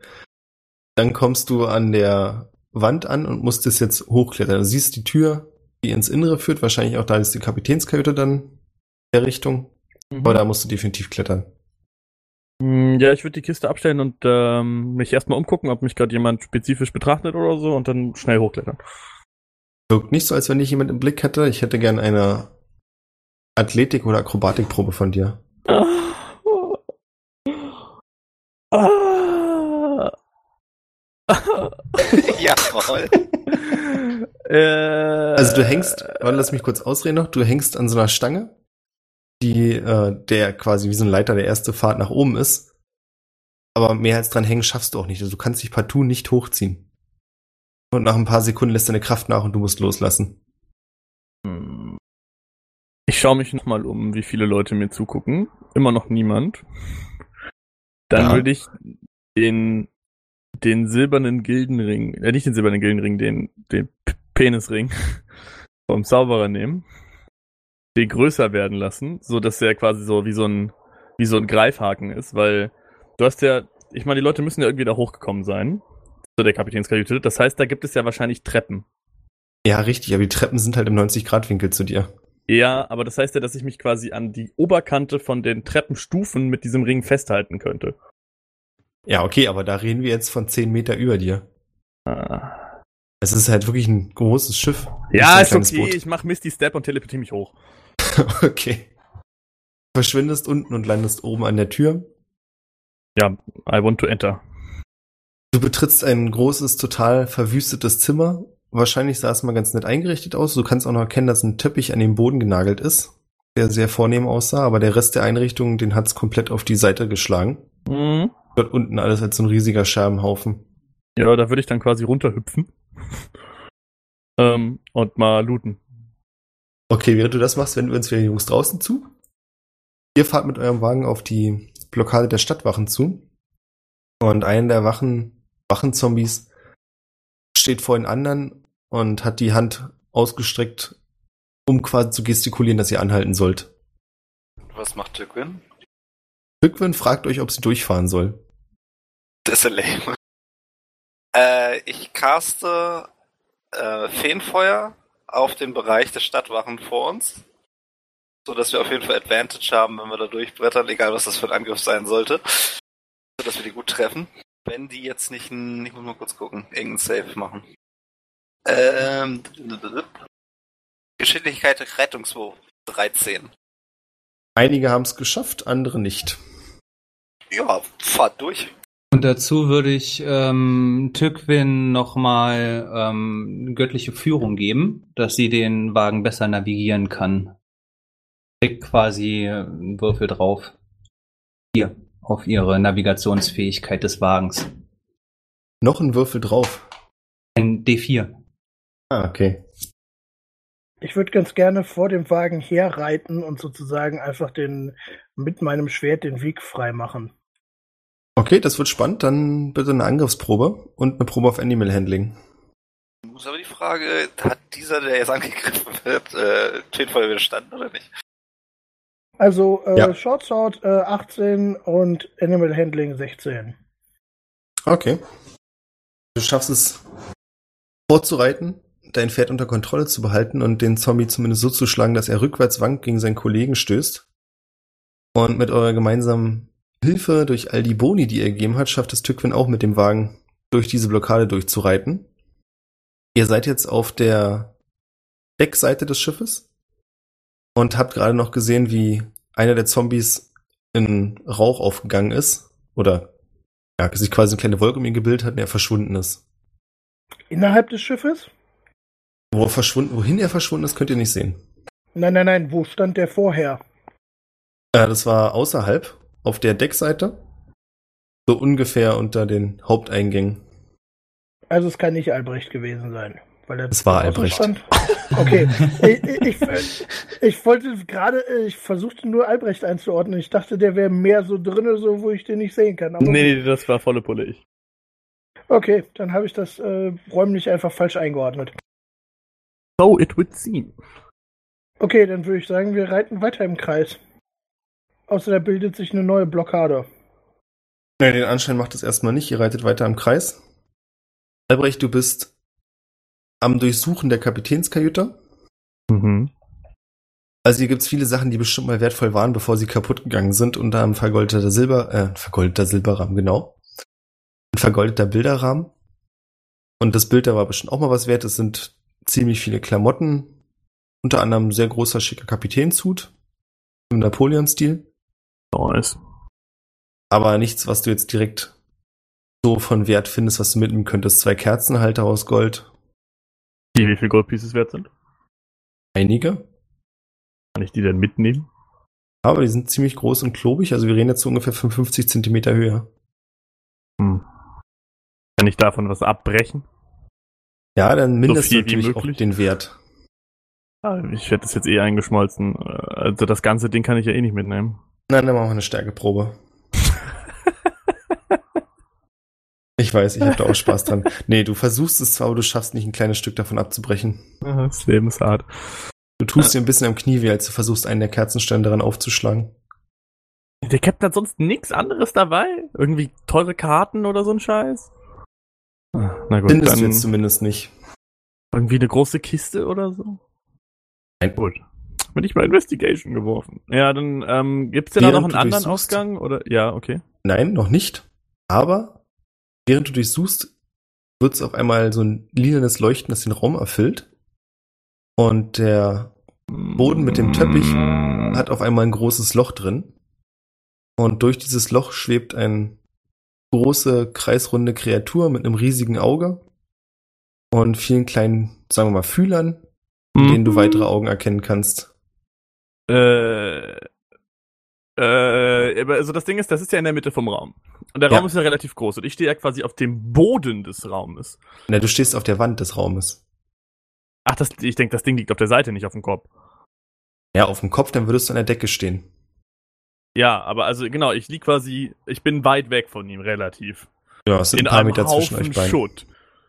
Dann kommst du an der Wand an und musst es jetzt hochklettern. Du siehst die Tür, die ins Innere führt. Wahrscheinlich auch da ist die Kapitänskajüte dann der Richtung. Aber da musst du definitiv klettern. Mhm. Hm, Ja, ich würde die Kiste abstellen und ähm, mich erstmal umgucken, ob mich gerade jemand spezifisch betrachtet oder so und dann schnell hochklettern. Wirkt nicht so, als wenn ich jemand im Blick hätte. Ich hätte gern eine Athletik- oder Akrobatikprobe von dir. Ah. Jawohl. Äh, Also du hängst, warte, lass mich kurz ausreden noch, du hängst an so einer Stange, die äh, der quasi wie so ein Leiter der erste Fahrt nach oben ist. Aber mehr als dran hängen schaffst du auch nicht. Also du kannst dich partout nicht hochziehen. Und nach ein paar Sekunden lässt deine Kraft nach und du musst loslassen. Hm. Ich schaue mich nochmal um, wie viele Leute mir zugucken. Immer noch niemand. Dann Ja. würde ich den, den silbernen Gildenring, äh, nicht den silbernen Gildenring, den, den P- Penisring (laughs) vom Zauberer nehmen, den größer werden lassen, so dass er quasi so wie so ein, wie so ein Greifhaken ist, weil du hast ja, ich meine, die Leute müssen ja irgendwie da hochgekommen sein, zu der Kapitänskajüte. Das heißt, da gibt es ja wahrscheinlich Treppen. Ja, richtig, aber die Treppen sind halt im 90-Grad-Winkel zu dir. Ja, aber das heißt ja, dass ich mich quasi an die Oberkante von den Treppenstufen mit diesem Ring festhalten könnte. Ja, okay, aber da reden wir jetzt von 10 Meter über dir. Ah. Es ist halt wirklich ein großes Schiff. Nicht so Ja, ein ist kleines okay. Boot. Ich mach Misty Step und teleportiere mich hoch. (laughs) Okay. Verschwindest unten und landest oben an der Tür. I want to enter. Du betrittst ein großes, total verwüstetes Zimmer. Wahrscheinlich sah es mal ganz nett eingerichtet aus. Du kannst auch noch erkennen, dass ein Teppich an den Boden genagelt ist, der sehr vornehm aussah, aber der Rest der Einrichtung, den hat's komplett auf die Seite geschlagen. Mhm. Dort unten alles als so ein riesiger Scherbenhaufen. Ja, da würde ich dann quasi runterhüpfen. (laughs) ähm, und mal looten. Okay, während du das machst, wenden wir uns wieder den Jungs draußen zu. Ihr fahrt mit eurem Wagen auf die Blockade der Stadtwachen zu. Und einer der Wachen, Wachenzombies steht vor den anderen und hat die Hand ausgestreckt, um quasi zu gestikulieren, dass ihr anhalten sollt. Was macht Tückwin? Hückwin fragt euch, ob sie durchfahren soll. Das ist ja lame. Äh, ich caste äh, Feenfeuer auf den Bereich der Stadtwachen vor uns. So dass wir auf jeden Fall Advantage haben, wenn wir da durchbrettern, egal was das für ein Angriff sein sollte. So dass wir die gut treffen. Wenn die jetzt nicht ein, ich muss mal kurz gucken, irgendein Save machen. Ähm, Geschicklichkeit Rettungswurf 13. Einige haben es geschafft, andere nicht. Ja, fahrt durch. Und dazu würde ich ähm, Tückwin nochmal ähm, göttliche Führung geben, dass sie den Wagen besser navigieren kann. Kriegt quasi einen Würfel drauf. Hier, auf ihre Navigationsfähigkeit des Wagens. Noch ein Würfel drauf. Ein D4. Ah, okay. Ich würde ganz gerne vor dem Wagen herreiten und sozusagen einfach den mit meinem Schwert den Weg frei machen. Okay, das wird spannend. Dann bitte eine Angriffsprobe und eine Probe auf Animal Handling. Nun ist aber die Frage, hat dieser, der jetzt angegriffen wird, äh, Feenfeuer widerstanden oder nicht? Also äh, Ja. Short Sword äh, 18 und Animal Handling 16. Okay. Du schaffst es vorzureiten, dein Pferd unter Kontrolle zu behalten und den Zombie zumindest so zu schlagen, dass er rückwärts wankt gegen seinen Kollegen stößt. Und mit eurer gemeinsamen Hilfe durch all die Boni, die er gegeben hat, schafft es Tückwin auch mit dem Wagen durch diese Blockade durchzureiten. Ihr seid jetzt auf der Deckseite des Schiffes und habt gerade noch gesehen, wie einer der Zombies in Rauch aufgegangen ist oder ja, sich quasi eine kleine Wolke um ihn gebildet hat und er verschwunden ist. Innerhalb des Schiffes? Wo er verschwunden, wohin er verschwunden ist, könnt ihr nicht sehen. Nein, nein, nein, wo stand der vorher? Äh, das war außerhalb, auf der Deckseite, so ungefähr unter den Haupteingängen. Also es kann nicht Albrecht gewesen sein. Weil er Es war draußen Albrecht. stand. Okay. (laughs) ich, ich, ich, ich wollte gerade, äh, ich versuchte nur Albrecht einzuordnen. Ich dachte, der wäre mehr so drinne, so wo ich den nicht sehen kann. Aber Nee, nee, das war volle Pulle ich. Okay, dann habe ich das äh, räumlich einfach falsch eingeordnet. So it would seem. Okay, dann würde ich sagen, wir reiten weiter im Kreis. Außer da bildet sich eine neue Blockade. Nee, den Anschein macht es erstmal nicht. Ihr reitet weiter im Kreis. Albrecht, du bist am Durchsuchen der Kapitänskajüte. Mhm. Also hier gibt's viele Sachen, die bestimmt mal wertvoll waren, bevor sie kaputt gegangen sind. Unter anderem vergoldeter Silber, äh, vergoldeter Silberrahmen, genau. Ein vergoldeter Bilderrahmen. Und das Bild da war bestimmt auch mal was wert. Es sind ziemlich viele Klamotten. Unter anderem ein sehr großer, schicker Kapitänshut. Im Napoleon-Stil. Nice. aber nichts, was du jetzt direkt so von Wert findest, was du mitnehmen könntest. Zwei Kerzenhalter aus Gold, Die, wie viel Goldpieces wert sind? einige, Kann ich die denn mitnehmen? aber die sind ziemlich groß und klobig, also wir reden jetzt so ungefähr von 50 Zentimeter Höhe. Hm. Kann ich davon was abbrechen? Ja, dann mindest viel du wie natürlich auch möglich. den Wert. Ah, Ich hätte das jetzt eh eingeschmolzen. Äh, Also das ganze Ding kann ich ja eh nicht mitnehmen. Nein, dann machen wir eine (laughs) Stärkeprobe. ich weiß, ich habe da auch Spaß dran. Nee, du versuchst es zwar, aber du schaffst nicht ein kleines Stück davon abzubrechen. Ah, Das Leben ist hart. Du tust dir ein bisschen am Knie weh, als du versuchst, einen der Kerzenstände daran aufzuschlagen. Der Captain hat sonst nichts anderes dabei? Irgendwie teure Karten oder so ein Scheiß? Ah, Na gut, Findest du dann jetzt zumindest nicht. irgendwie eine große Kiste oder so? Nein. Gut. Bin ich bei Investigation geworfen. Ja, dann ähm, gibt's denn da noch Während einen du anderen durchsuchst. Ausgang? Oder ja, okay. Nein, noch nicht. Aber während du durchsuchst, wird es auf einmal so ein lilanes Leuchten, das den Raum erfüllt. Und der Boden mit dem Teppich Mm. hat auf einmal ein großes Loch drin. Und durch dieses Loch schwebt eine große, kreisrunde Kreatur mit einem riesigen Auge und vielen kleinen, sagen wir mal, Fühlern, Hm. in denen Mhm. du weitere Augen erkennen kannst. Äh, äh, aber also das Ding ist, das ist ja in der Mitte vom Raum. Und der Ja. Raum ist ja relativ groß und ich stehe ja quasi auf dem Boden des Raumes. Na, du stehst auf der Wand des Raumes. Ach, das, ich denke, das Ding liegt auf der Seite, nicht auf dem Kopf. Ja, auf dem Kopf, dann würdest du an der Decke stehen. Ja, aber also genau, ich lieg quasi, ich bin weit weg von ihm relativ. Ja, es sind in ein paar einem Meter zwischen Haufen euch beiden. Schutt.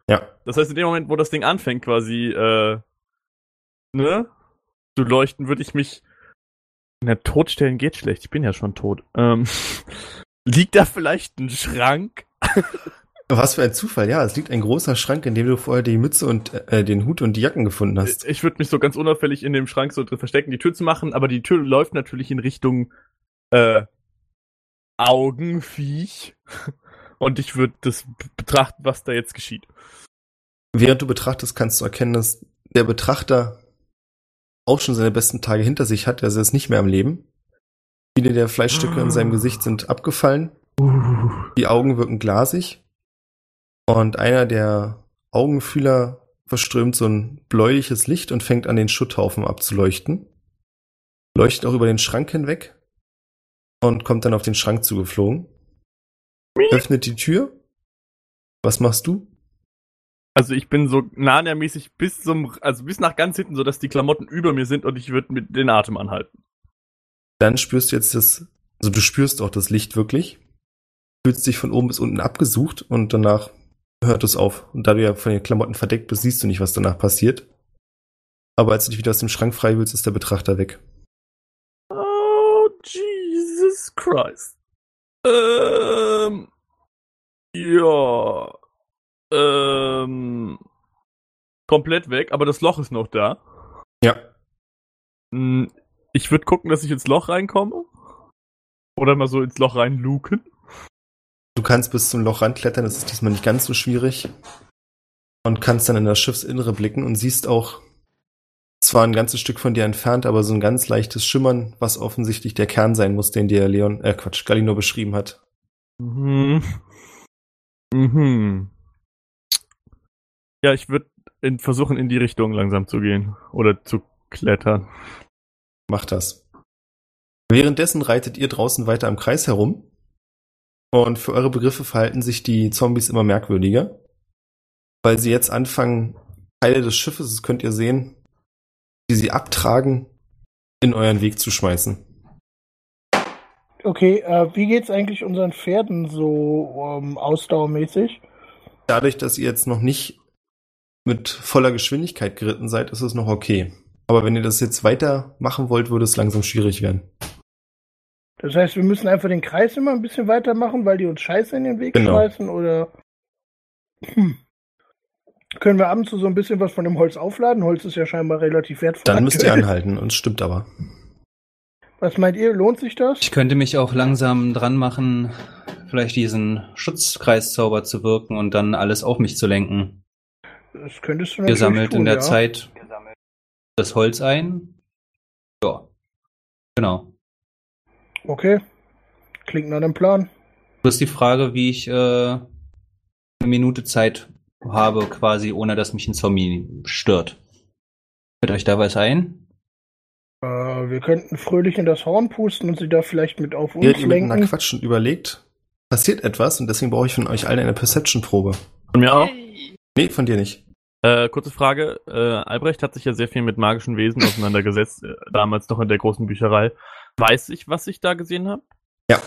Ja. Das heißt, in dem Moment, wo das Ding anfängt, quasi, äh, ne, zu leuchten, würde ich mich. Na, totstellen geht schlecht, ich bin ja schon tot. Ähm, (laughs) liegt da vielleicht ein Schrank? Was für ein Zufall, ja. Es liegt ein großer Schrank, in dem du vorher die Mütze und äh, den Hut und die Jacken gefunden hast. Ich würde mich so ganz unauffällig in dem Schrank so drin verstecken, die Tür zu machen, aber die Tür läuft natürlich in Richtung äh, Augenviech. (laughs) Und ich würde das b- betrachten, was da jetzt geschieht. Während du betrachtest, kannst du erkennen, dass der Betrachter auch schon seine besten Tage hinter sich hat. Also er ist nicht mehr am Leben. Viele der Fleischstücke in seinem Gesicht sind abgefallen. Die Augen wirken glasig. Und einer der Augenfühler verströmt so ein bläuliches Licht und fängt an, den Schutthaufen abzuleuchten. Leuchtet auch über den Schrank hinweg und kommt dann auf den Schrank zugeflogen. Öffnet die Tür. Was machst du? Also ich bin so nania-mäßig bis zum, also bis nach ganz hinten, sodass die Klamotten über mir sind und ich würde mit den Atem anhalten. Dann spürst du jetzt das, also du spürst auch das Licht wirklich. Fühlst dich von oben bis unten abgesucht und danach hört es auf. Und da du ja von den Klamotten verdeckt bist, siehst du nicht, was danach passiert. Aber als du dich wieder aus dem Schrank frei willst, ist der Betrachter weg. Oh, Jesus Christ. Ähm, Ja. Ähm. Komplett weg, aber das Loch ist noch da. Ja. Hm, Ich würde gucken, dass ich ins Loch reinkomme. Oder mal so ins Loch reinluken. Du kannst bis zum Loch ranklettern, das ist diesmal nicht ganz so schwierig. Und kannst dann in das Schiffsinnere blicken und siehst auch zwar ein ganzes Stück von dir entfernt, aber so ein ganz leichtes Schimmern, was offensichtlich der Kern sein muss, den dir Leon, äh Quatsch, Galino beschrieben hat. Mhm. Mhm. Ja, ich würde in, versuchen, in die Richtung langsam zu gehen. Oder zu klettern. Macht das. Währenddessen reitet ihr draußen weiter im Kreis herum. Und für eure Begriffe verhalten sich die Zombies immer merkwürdiger. Weil sie jetzt anfangen, Teile des Schiffes, das könnt ihr sehen, die sie abtragen, in euren Weg zu schmeißen. Okay, äh, wie geht's eigentlich unseren Pferden so ähm, ausdauermäßig? Dadurch, dass ihr jetzt noch nicht mit voller Geschwindigkeit geritten seid, ist es noch okay. Aber wenn ihr das jetzt weiter machen wollt, würde es langsam schwierig werden. Das heißt, wir müssen einfach den Kreis immer ein bisschen weitermachen, weil die uns Scheiße in den Weg Genau. schmeißen oder hm. können wir abends so so ein bisschen was von dem Holz aufladen? Holz ist ja scheinbar relativ wertvoll. Dann müsst ihr (laughs) aktuell. anhalten, und es stimmt aber. Was meint ihr? Lohnt sich das? Ich könnte mich auch langsam dran machen, vielleicht diesen Schutzkreiszauber zu wirken und dann alles auf mich zu lenken. Das könntest du Ihr natürlich sammelt tun, in der ja. Zeit das Holz ein. Ja. Genau. Okay. Klingt nach einem Plan. Bloß die Frage, wie ich äh, eine Minute Zeit habe, quasi, ohne dass mich ein Zombie stört. Fällt euch da was ein? Äh, wir könnten fröhlich in das Horn pusten und sie da vielleicht mit auf uns Während ihr miteinander lenken. quatscht und überlegt, passiert etwas und deswegen brauche ich von euch allen eine Perception-Probe. Von mir auch. Nee, von dir nicht. Äh, kurze Frage. Äh, Albrecht hat sich ja sehr viel mit magischen Wesen auseinandergesetzt, äh, damals noch in der großen Bücherei. Weiß ich, was ich da gesehen habe? Ja.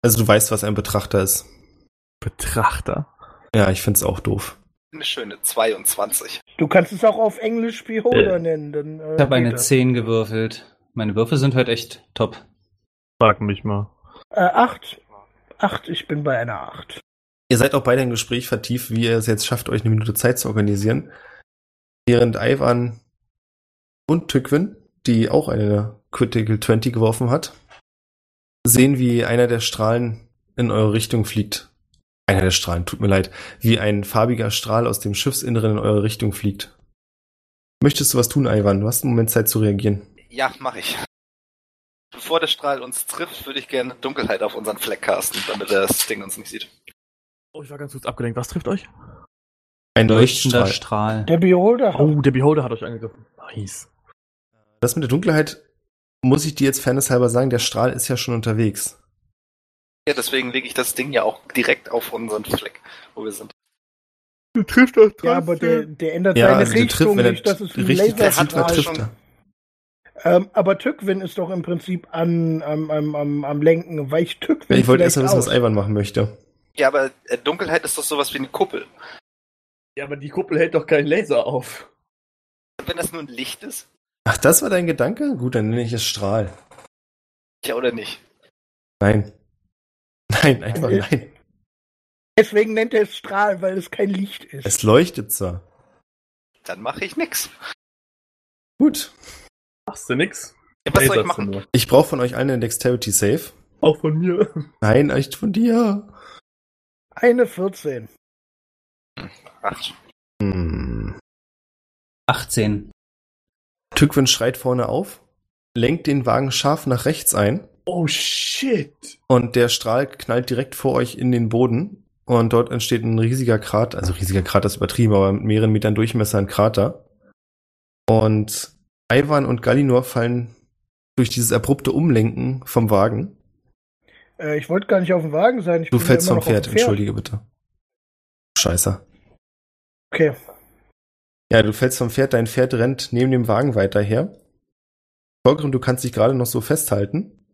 Also du weißt, was ein Betrachter ist. Betrachter. Ja, ich find's auch doof. Eine schöne 22. Du kannst es auch auf Englisch Beholder Äh. nennen. Dann, äh, Ich habe geht eine das. 10 gewürfelt. Meine Würfe sind heute echt top. Frag mich mal. Äh, acht. Acht, ich bin bei einer acht. Ihr seid auch beide im Gespräch vertieft, wie ihr es jetzt schafft, euch eine Minute Zeit zu organisieren. Während Ivan und Tückwin, die auch eine Critical 20 geworfen hat, sehen, wie einer der Strahlen in eure Richtung fliegt. Einer der Strahlen, tut mir leid. Wie ein farbiger Strahl aus dem Schiffsinneren in eure Richtung fliegt. Möchtest du was tun, Ivan? Du hast einen Moment Zeit zu reagieren. Ja, mache ich. Bevor der Strahl uns trifft, würde ich gerne Dunkelheit auf unseren Fleck casten, damit das Ding uns nicht sieht. Oh, ich war ganz kurz abgelenkt. Was trifft euch? Ein Leuchtender Leuchtstrahl. Strahl. Der Beholder hat Oh, der Beholder hat euch angegriffen. Nice. Das mit der Dunkelheit muss ich dir jetzt fairnesshalber sagen, der Strahl ist ja schon unterwegs. Ja, deswegen lege ich das Ding ja auch direkt auf unseren Fleck, wo wir sind. Du triffst euch Ja, aber der, der ändert Ja, seine also der Richtung trifft, wenn er nicht, das ist ein richtig trifft, dann Laserstrahl Laserstrahl. trifft er. Ähm, aber Tückwin ist doch im Prinzip an, am, am, am, am Lenken. Weicht Tückwin Ich wollte erst mal vielleicht wissen, was aus. Ivan machen möchte. Ja, aber äh, Dunkelheit ist doch sowas wie eine Kuppel. Ja, aber die Kuppel hält doch keinen Laser auf. Wenn das nur ein Licht ist, Ach, das war dein Gedanke? Gut, dann nenne ich es Strahl. ja oder nicht? Nein. (laughs) Nein, einfach Äh. nein. Deswegen nennt er es Strahl, weil es kein Licht ist. Es leuchtet zwar. Dann mache ich nix. Gut. Machst du nix? Ja, was soll ich Laserst du machen? nur. Ich brauche von euch allen einen Dexterity Save. Auch von mir. Nein, echt von dir. Eine 14. Ach, Hm. 18. Tückwin schreit vorne auf, lenkt den Wagen scharf nach rechts ein Oh, shit. und der Strahl knallt direkt vor euch in den Boden und dort entsteht ein riesiger Krater, also riesiger Krater ist übertrieben, aber mit mehreren Metern Durchmesser ein Krater. Und Ivan und Gallinor fallen durch dieses abrupte Umlenken vom Wagen. Äh, ich wollte gar nicht auf dem Wagen sein. Ich Du bin ja fällst immer vom noch auf Pferd, dem entschuldige bitte. Scheiße. Okay. Ja, du fällst vom Pferd, dein Pferd rennt neben dem Wagen weiter her. Volgrim, du kannst dich gerade noch so festhalten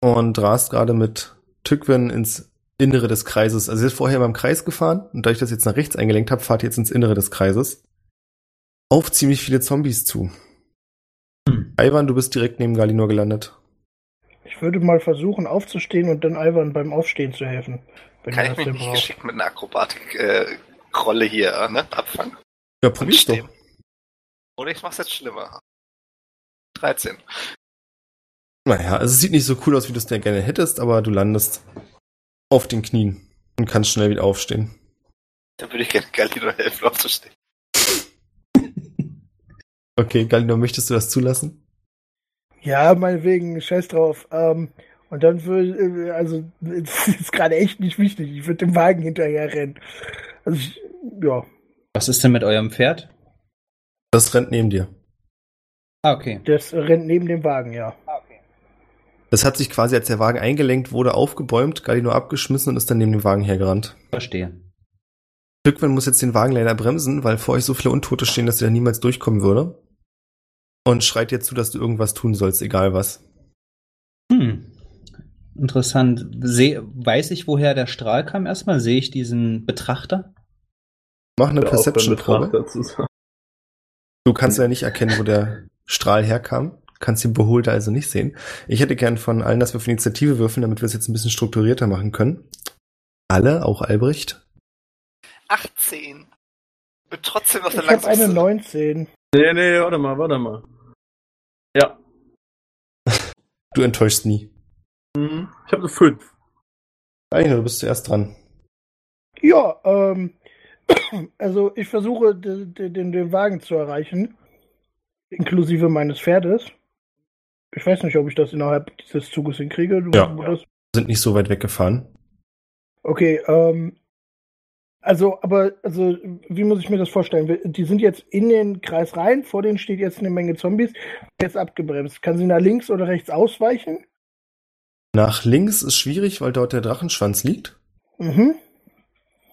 und rast gerade mit Tückwin ins Innere des Kreises. Also ihr seid vorher beim Kreis gefahren und da ich das jetzt nach rechts eingelenkt habe, fahrt ihr jetzt ins Innere des Kreises. Auf ziemlich viele Zombies zu. Hm. Ivan, du bist direkt neben Galinor gelandet. Ich würde mal versuchen aufzustehen und dann Ivan beim Aufstehen zu helfen. Wenn Kann ihr das ich mich denn nicht braucht. geschickt mit einer Akrobatik-Rolle hier ne, abfangen? Ja, probier's doch. Oder ich mach's jetzt schlimmer. 13. Naja, also es sieht nicht so cool aus, wie du es denn gerne hättest, aber du landest auf den Knien und kannst schnell wieder aufstehen. Dann würde ich gerne Galino helfen, aufzustehen. Okay, Galino, möchtest du das zulassen? Ja, meinetwegen, scheiß drauf. Ähm, und dann würde, äh, also, (laughs) es ist gerade echt nicht wichtig. Ich würde dem Wagen hinterher rennen. Also, ich, ja, Was ist denn mit eurem Pferd? Das rennt neben dir. Ah, okay. das rennt neben dem Wagen, ja. Das hat sich quasi, als der Wagen eingelenkt wurde, aufgebäumt, Galino abgeschmissen und ist dann neben dem Wagen hergerannt. Verstehe. Stückmann muss jetzt den Wagen leider bremsen, weil vor euch so viele Untote stehen, dass er da niemals durchkommen würde. Und schreit dir zu, dass du irgendwas tun sollst, egal was. Hm. Interessant. Seh, weiß ich, woher der Strahl kam erstmal? Sehe ich diesen Betrachter? Mach eine Hör auf, beim Perception-Probe. Betrachter zu sein. Du kannst ja nicht erkennen, wo der Strahl herkam. Kannst den Beholter also nicht sehen. Ich hätte gern von allen, dass wir auf Initiative würfeln, damit wir es jetzt ein bisschen strukturierter machen können. Alle, auch Albrecht. 18. Bin trotzdem noch der Ich habe eine langsamste. 19. Nee, nee, warte mal, warte mal. Ja. Du enttäuschst nie. Mhm. Ich habe so fünf. Eigentlich, du bist zuerst dran. Ja, ähm, (clears throat) also ich versuche de- de- den, den Wagen zu erreichen, inklusive meines Pferdes. Ich weiß nicht, ob ich das innerhalb dieses Zuges hinkriege. Du, Ja. du das? Sind nicht so weit weggefahren. Okay, ähm, also, aber, also, wie muss ich mir das vorstellen? Die sind jetzt in den Kreis rein, vor denen steht jetzt eine Menge Zombies, jetzt abgebremst. Kann sie nach links oder rechts ausweichen? Nach links ist schwierig, weil dort der Drachenschwanz liegt. Mhm.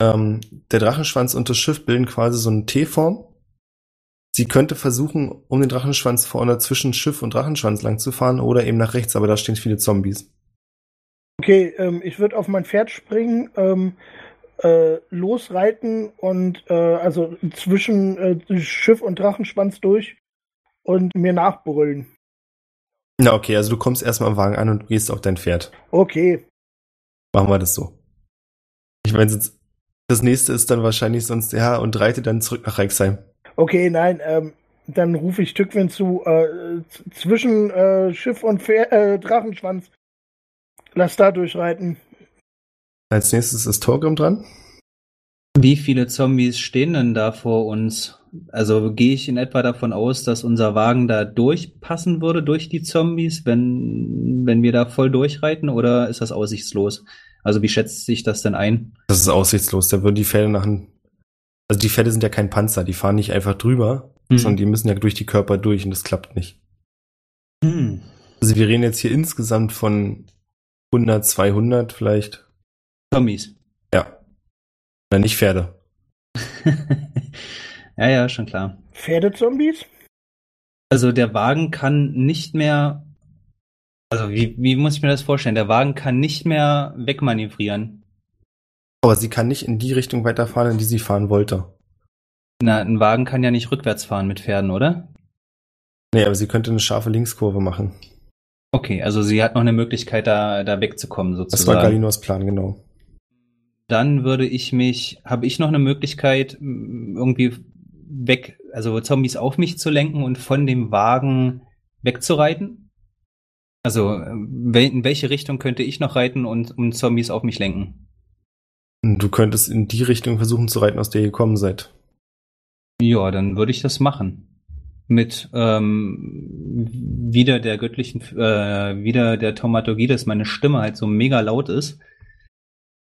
Ähm, der Drachenschwanz und das Schiff bilden quasi so eine T-Form. Sie könnte versuchen, um den Drachenschwanz vorne zwischen Schiff und Drachenschwanz lang zu fahren oder eben nach rechts, aber da stehen viele Zombies. Okay, ähm, ich würde auf mein Pferd springen, ähm, äh, losreiten und äh, also zwischen äh, Schiff und Drachenschwanz durch und mir nachbrüllen. Na okay, also du kommst erstmal am Wagen an und gehst auf dein Pferd. Okay, Machen wir das so. Ich meine, sonst- das nächste ist dann wahrscheinlich sonst, ja, und reite dann zurück nach Rexheim. okay, nein, ähm, dann rufe ich Tückwin zu, äh, z- zwischen äh, Schiff und Pfer äh, Drachenschwanz. Lass da durchreiten. Als nächstes ist Torgrim dran. Wie viele Zombies stehen denn da vor uns? Also gehe ich in etwa davon aus, dass unser Wagen da durchpassen würde durch die Zombies, wenn, wenn wir da voll durchreiten oder ist das aussichtslos? Also wie schätzt sich das denn ein? Das ist aussichtslos. Da würden die Pferde nach einem. Also die Pferde sind ja kein Panzer, die fahren nicht einfach drüber, Mhm. sondern die müssen ja durch die Körper durch und das klappt nicht. Hm. Also wir reden jetzt hier insgesamt von 100, 200 vielleicht. Zombies. (laughs) Ja. Na, nicht Pferde. ja, ja, schon klar. Pferdezombies? Also der Wagen kann nicht mehr. Also wie, wie muss ich mir das vorstellen? Der Wagen kann nicht mehr wegmanövrieren. Aber sie kann nicht in die Richtung weiterfahren, in die sie fahren wollte. Na, ein Wagen kann ja nicht rückwärts fahren mit Pferden, oder? Nee, aber sie könnte eine scharfe Linkskurve machen. Okay, also sie hat noch eine Möglichkeit, da, da wegzukommen, Das war sozusagen. Galinos Plan, genau. Dann würde ich mich, habe ich noch eine Möglichkeit, m, irgendwie weg, also Zombies auf mich zu lenken und von dem Wagen wegzureiten? Also, wel- in welche Richtung könnte ich noch reiten und um Zombies auf mich lenken? Und du könntest in die Richtung versuchen zu reiten, aus der ihr gekommen seid. Ja, dann würde ich das machen. Mit ähm, wieder der göttlichen, äh, wieder der Taumaturgie, dass meine Stimme halt so mega laut ist.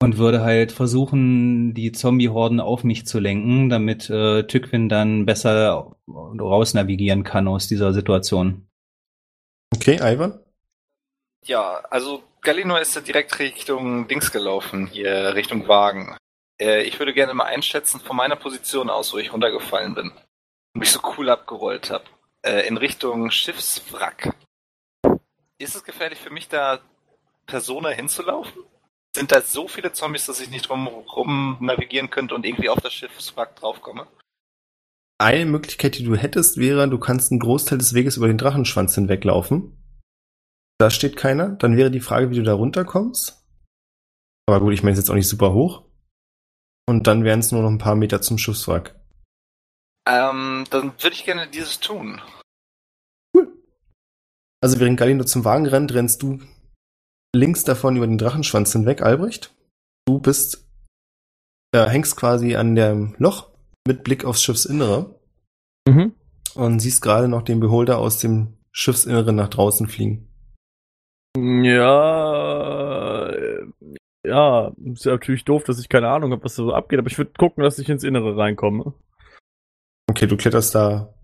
Und würde halt versuchen, die Zombie-Horden auf mich zu lenken, damit äh, Tückwin dann besser raus navigieren kann aus dieser Situation. Okay, Ivan? Ja, also Galino ist ja direkt Richtung Dings gelaufen, hier Richtung Wagen. Äh, ich würde gerne mal einschätzen von meiner Position aus, wo ich runtergefallen bin. Und mich so cool abgerollt habe. Äh, in Richtung Schiffswrack. Ist es gefährlich für mich, da Persona hinzulaufen? Sind da so viele Zombies, dass ich nicht drumherum navigieren könnte und irgendwie auf das Schiffswrack draufkomme? Eine Möglichkeit, die du hättest, wäre, du kannst einen Großteil des Weges über den Drachenschwanz hinweglaufen. Da steht keiner. Dann wäre die Frage, wie du da runterkommst. Aber gut, ich meine, es ist jetzt auch nicht super hoch. Und dann wären es nur noch ein paar Meter zum Schiffswrack. Ähm, dann würde ich gerne dieses tun. Also während Galino zum Wagen rennt, rennst du links davon über den Drachenschwanz hinweg, Albrecht. Du bist, äh, hängst quasi an dem Loch mit Blick aufs Schiffsinnere Mhm. und siehst gerade noch den Beholder aus dem Schiffsinneren nach draußen fliegen. Ja. äh, Ja, ist ja natürlich doof, dass ich keine Ahnung habe, was da so abgeht, aber ich würde gucken, dass ich ins Innere reinkomme. Okay, du kletterst da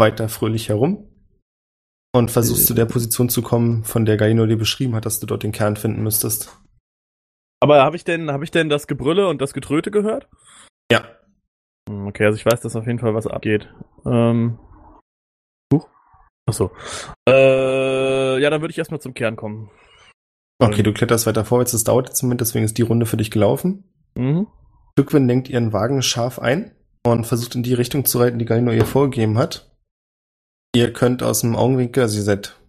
weiter fröhlich herum und versuchst zu der Position zu kommen, von der Galino dir beschrieben hat, dass du dort den Kern finden müsstest. Aber habe ich denn, habe ich denn das Gebrülle und das Getröte gehört? Ja. Hm, Okay, also ich weiß, dass auf jeden Fall was abgeht. Ähm. Huch. Achso. Äh, ja, dann würde ich erstmal zum Kern kommen. Okay, du kletterst weiter vorwärts, das dauert jetzt einen Moment, deswegen ist die Runde für dich gelaufen. Mhm. Stückwin lenkt ihren Wagen scharf ein und versucht in die Richtung zu reiten, die Galino ihr vorgegeben hat. Ihr könnt aus dem Augenwinkel, also ihr seid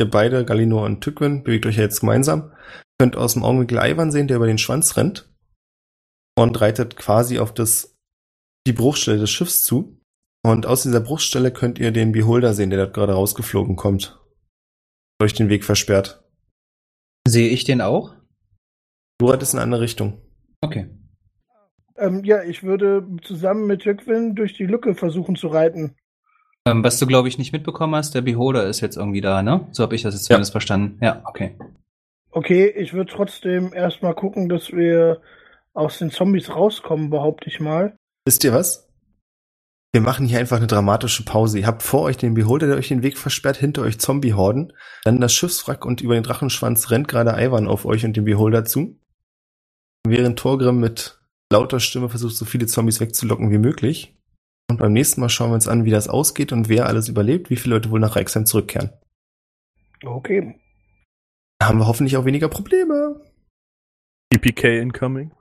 ihr beide, Galino und Tückwin, bewegt euch ja jetzt gemeinsam, könnt aus dem Augenwinkel Ivan sehen, der über den Schwanz rennt und reitet quasi auf das, die Bruchstelle des Schiffs zu. Und aus dieser Bruchstelle könnt ihr den Beholder sehen, der dort gerade rausgeflogen kommt. Durch den Weg versperrt. Sehe ich den auch? Du reitest in eine andere Richtung. Okay. Ähm, ja, ich würde zusammen mit Jökwin durch die Lücke versuchen zu reiten. Ähm, was du, glaube ich, nicht mitbekommen hast, der Beholder ist jetzt irgendwie da, ne? So habe ich das jetzt zumindest verstanden. Ja, okay. Okay, ich würde trotzdem erstmal gucken, dass wir aus den Zombies rauskommen, behaupte ich mal. Wisst ihr was? Wir machen hier einfach eine dramatische Pause. Ihr habt vor euch den Beholder, der euch den Weg versperrt, hinter euch Zombie-Horden, dann das Schiffswrack und über den Drachenschwanz rennt gerade Ivan auf euch und den Beholder zu. Während Torgrim mit lauter Stimme versucht, so viele Zombies wegzulocken wie möglich. Und beim nächsten Mal schauen wir uns an, wie das ausgeht und wer alles überlebt, wie viele Leute wohl nach Rexheim zurückkehren. Okay. Da haben wir hoffentlich auch weniger Probleme. EPK incoming.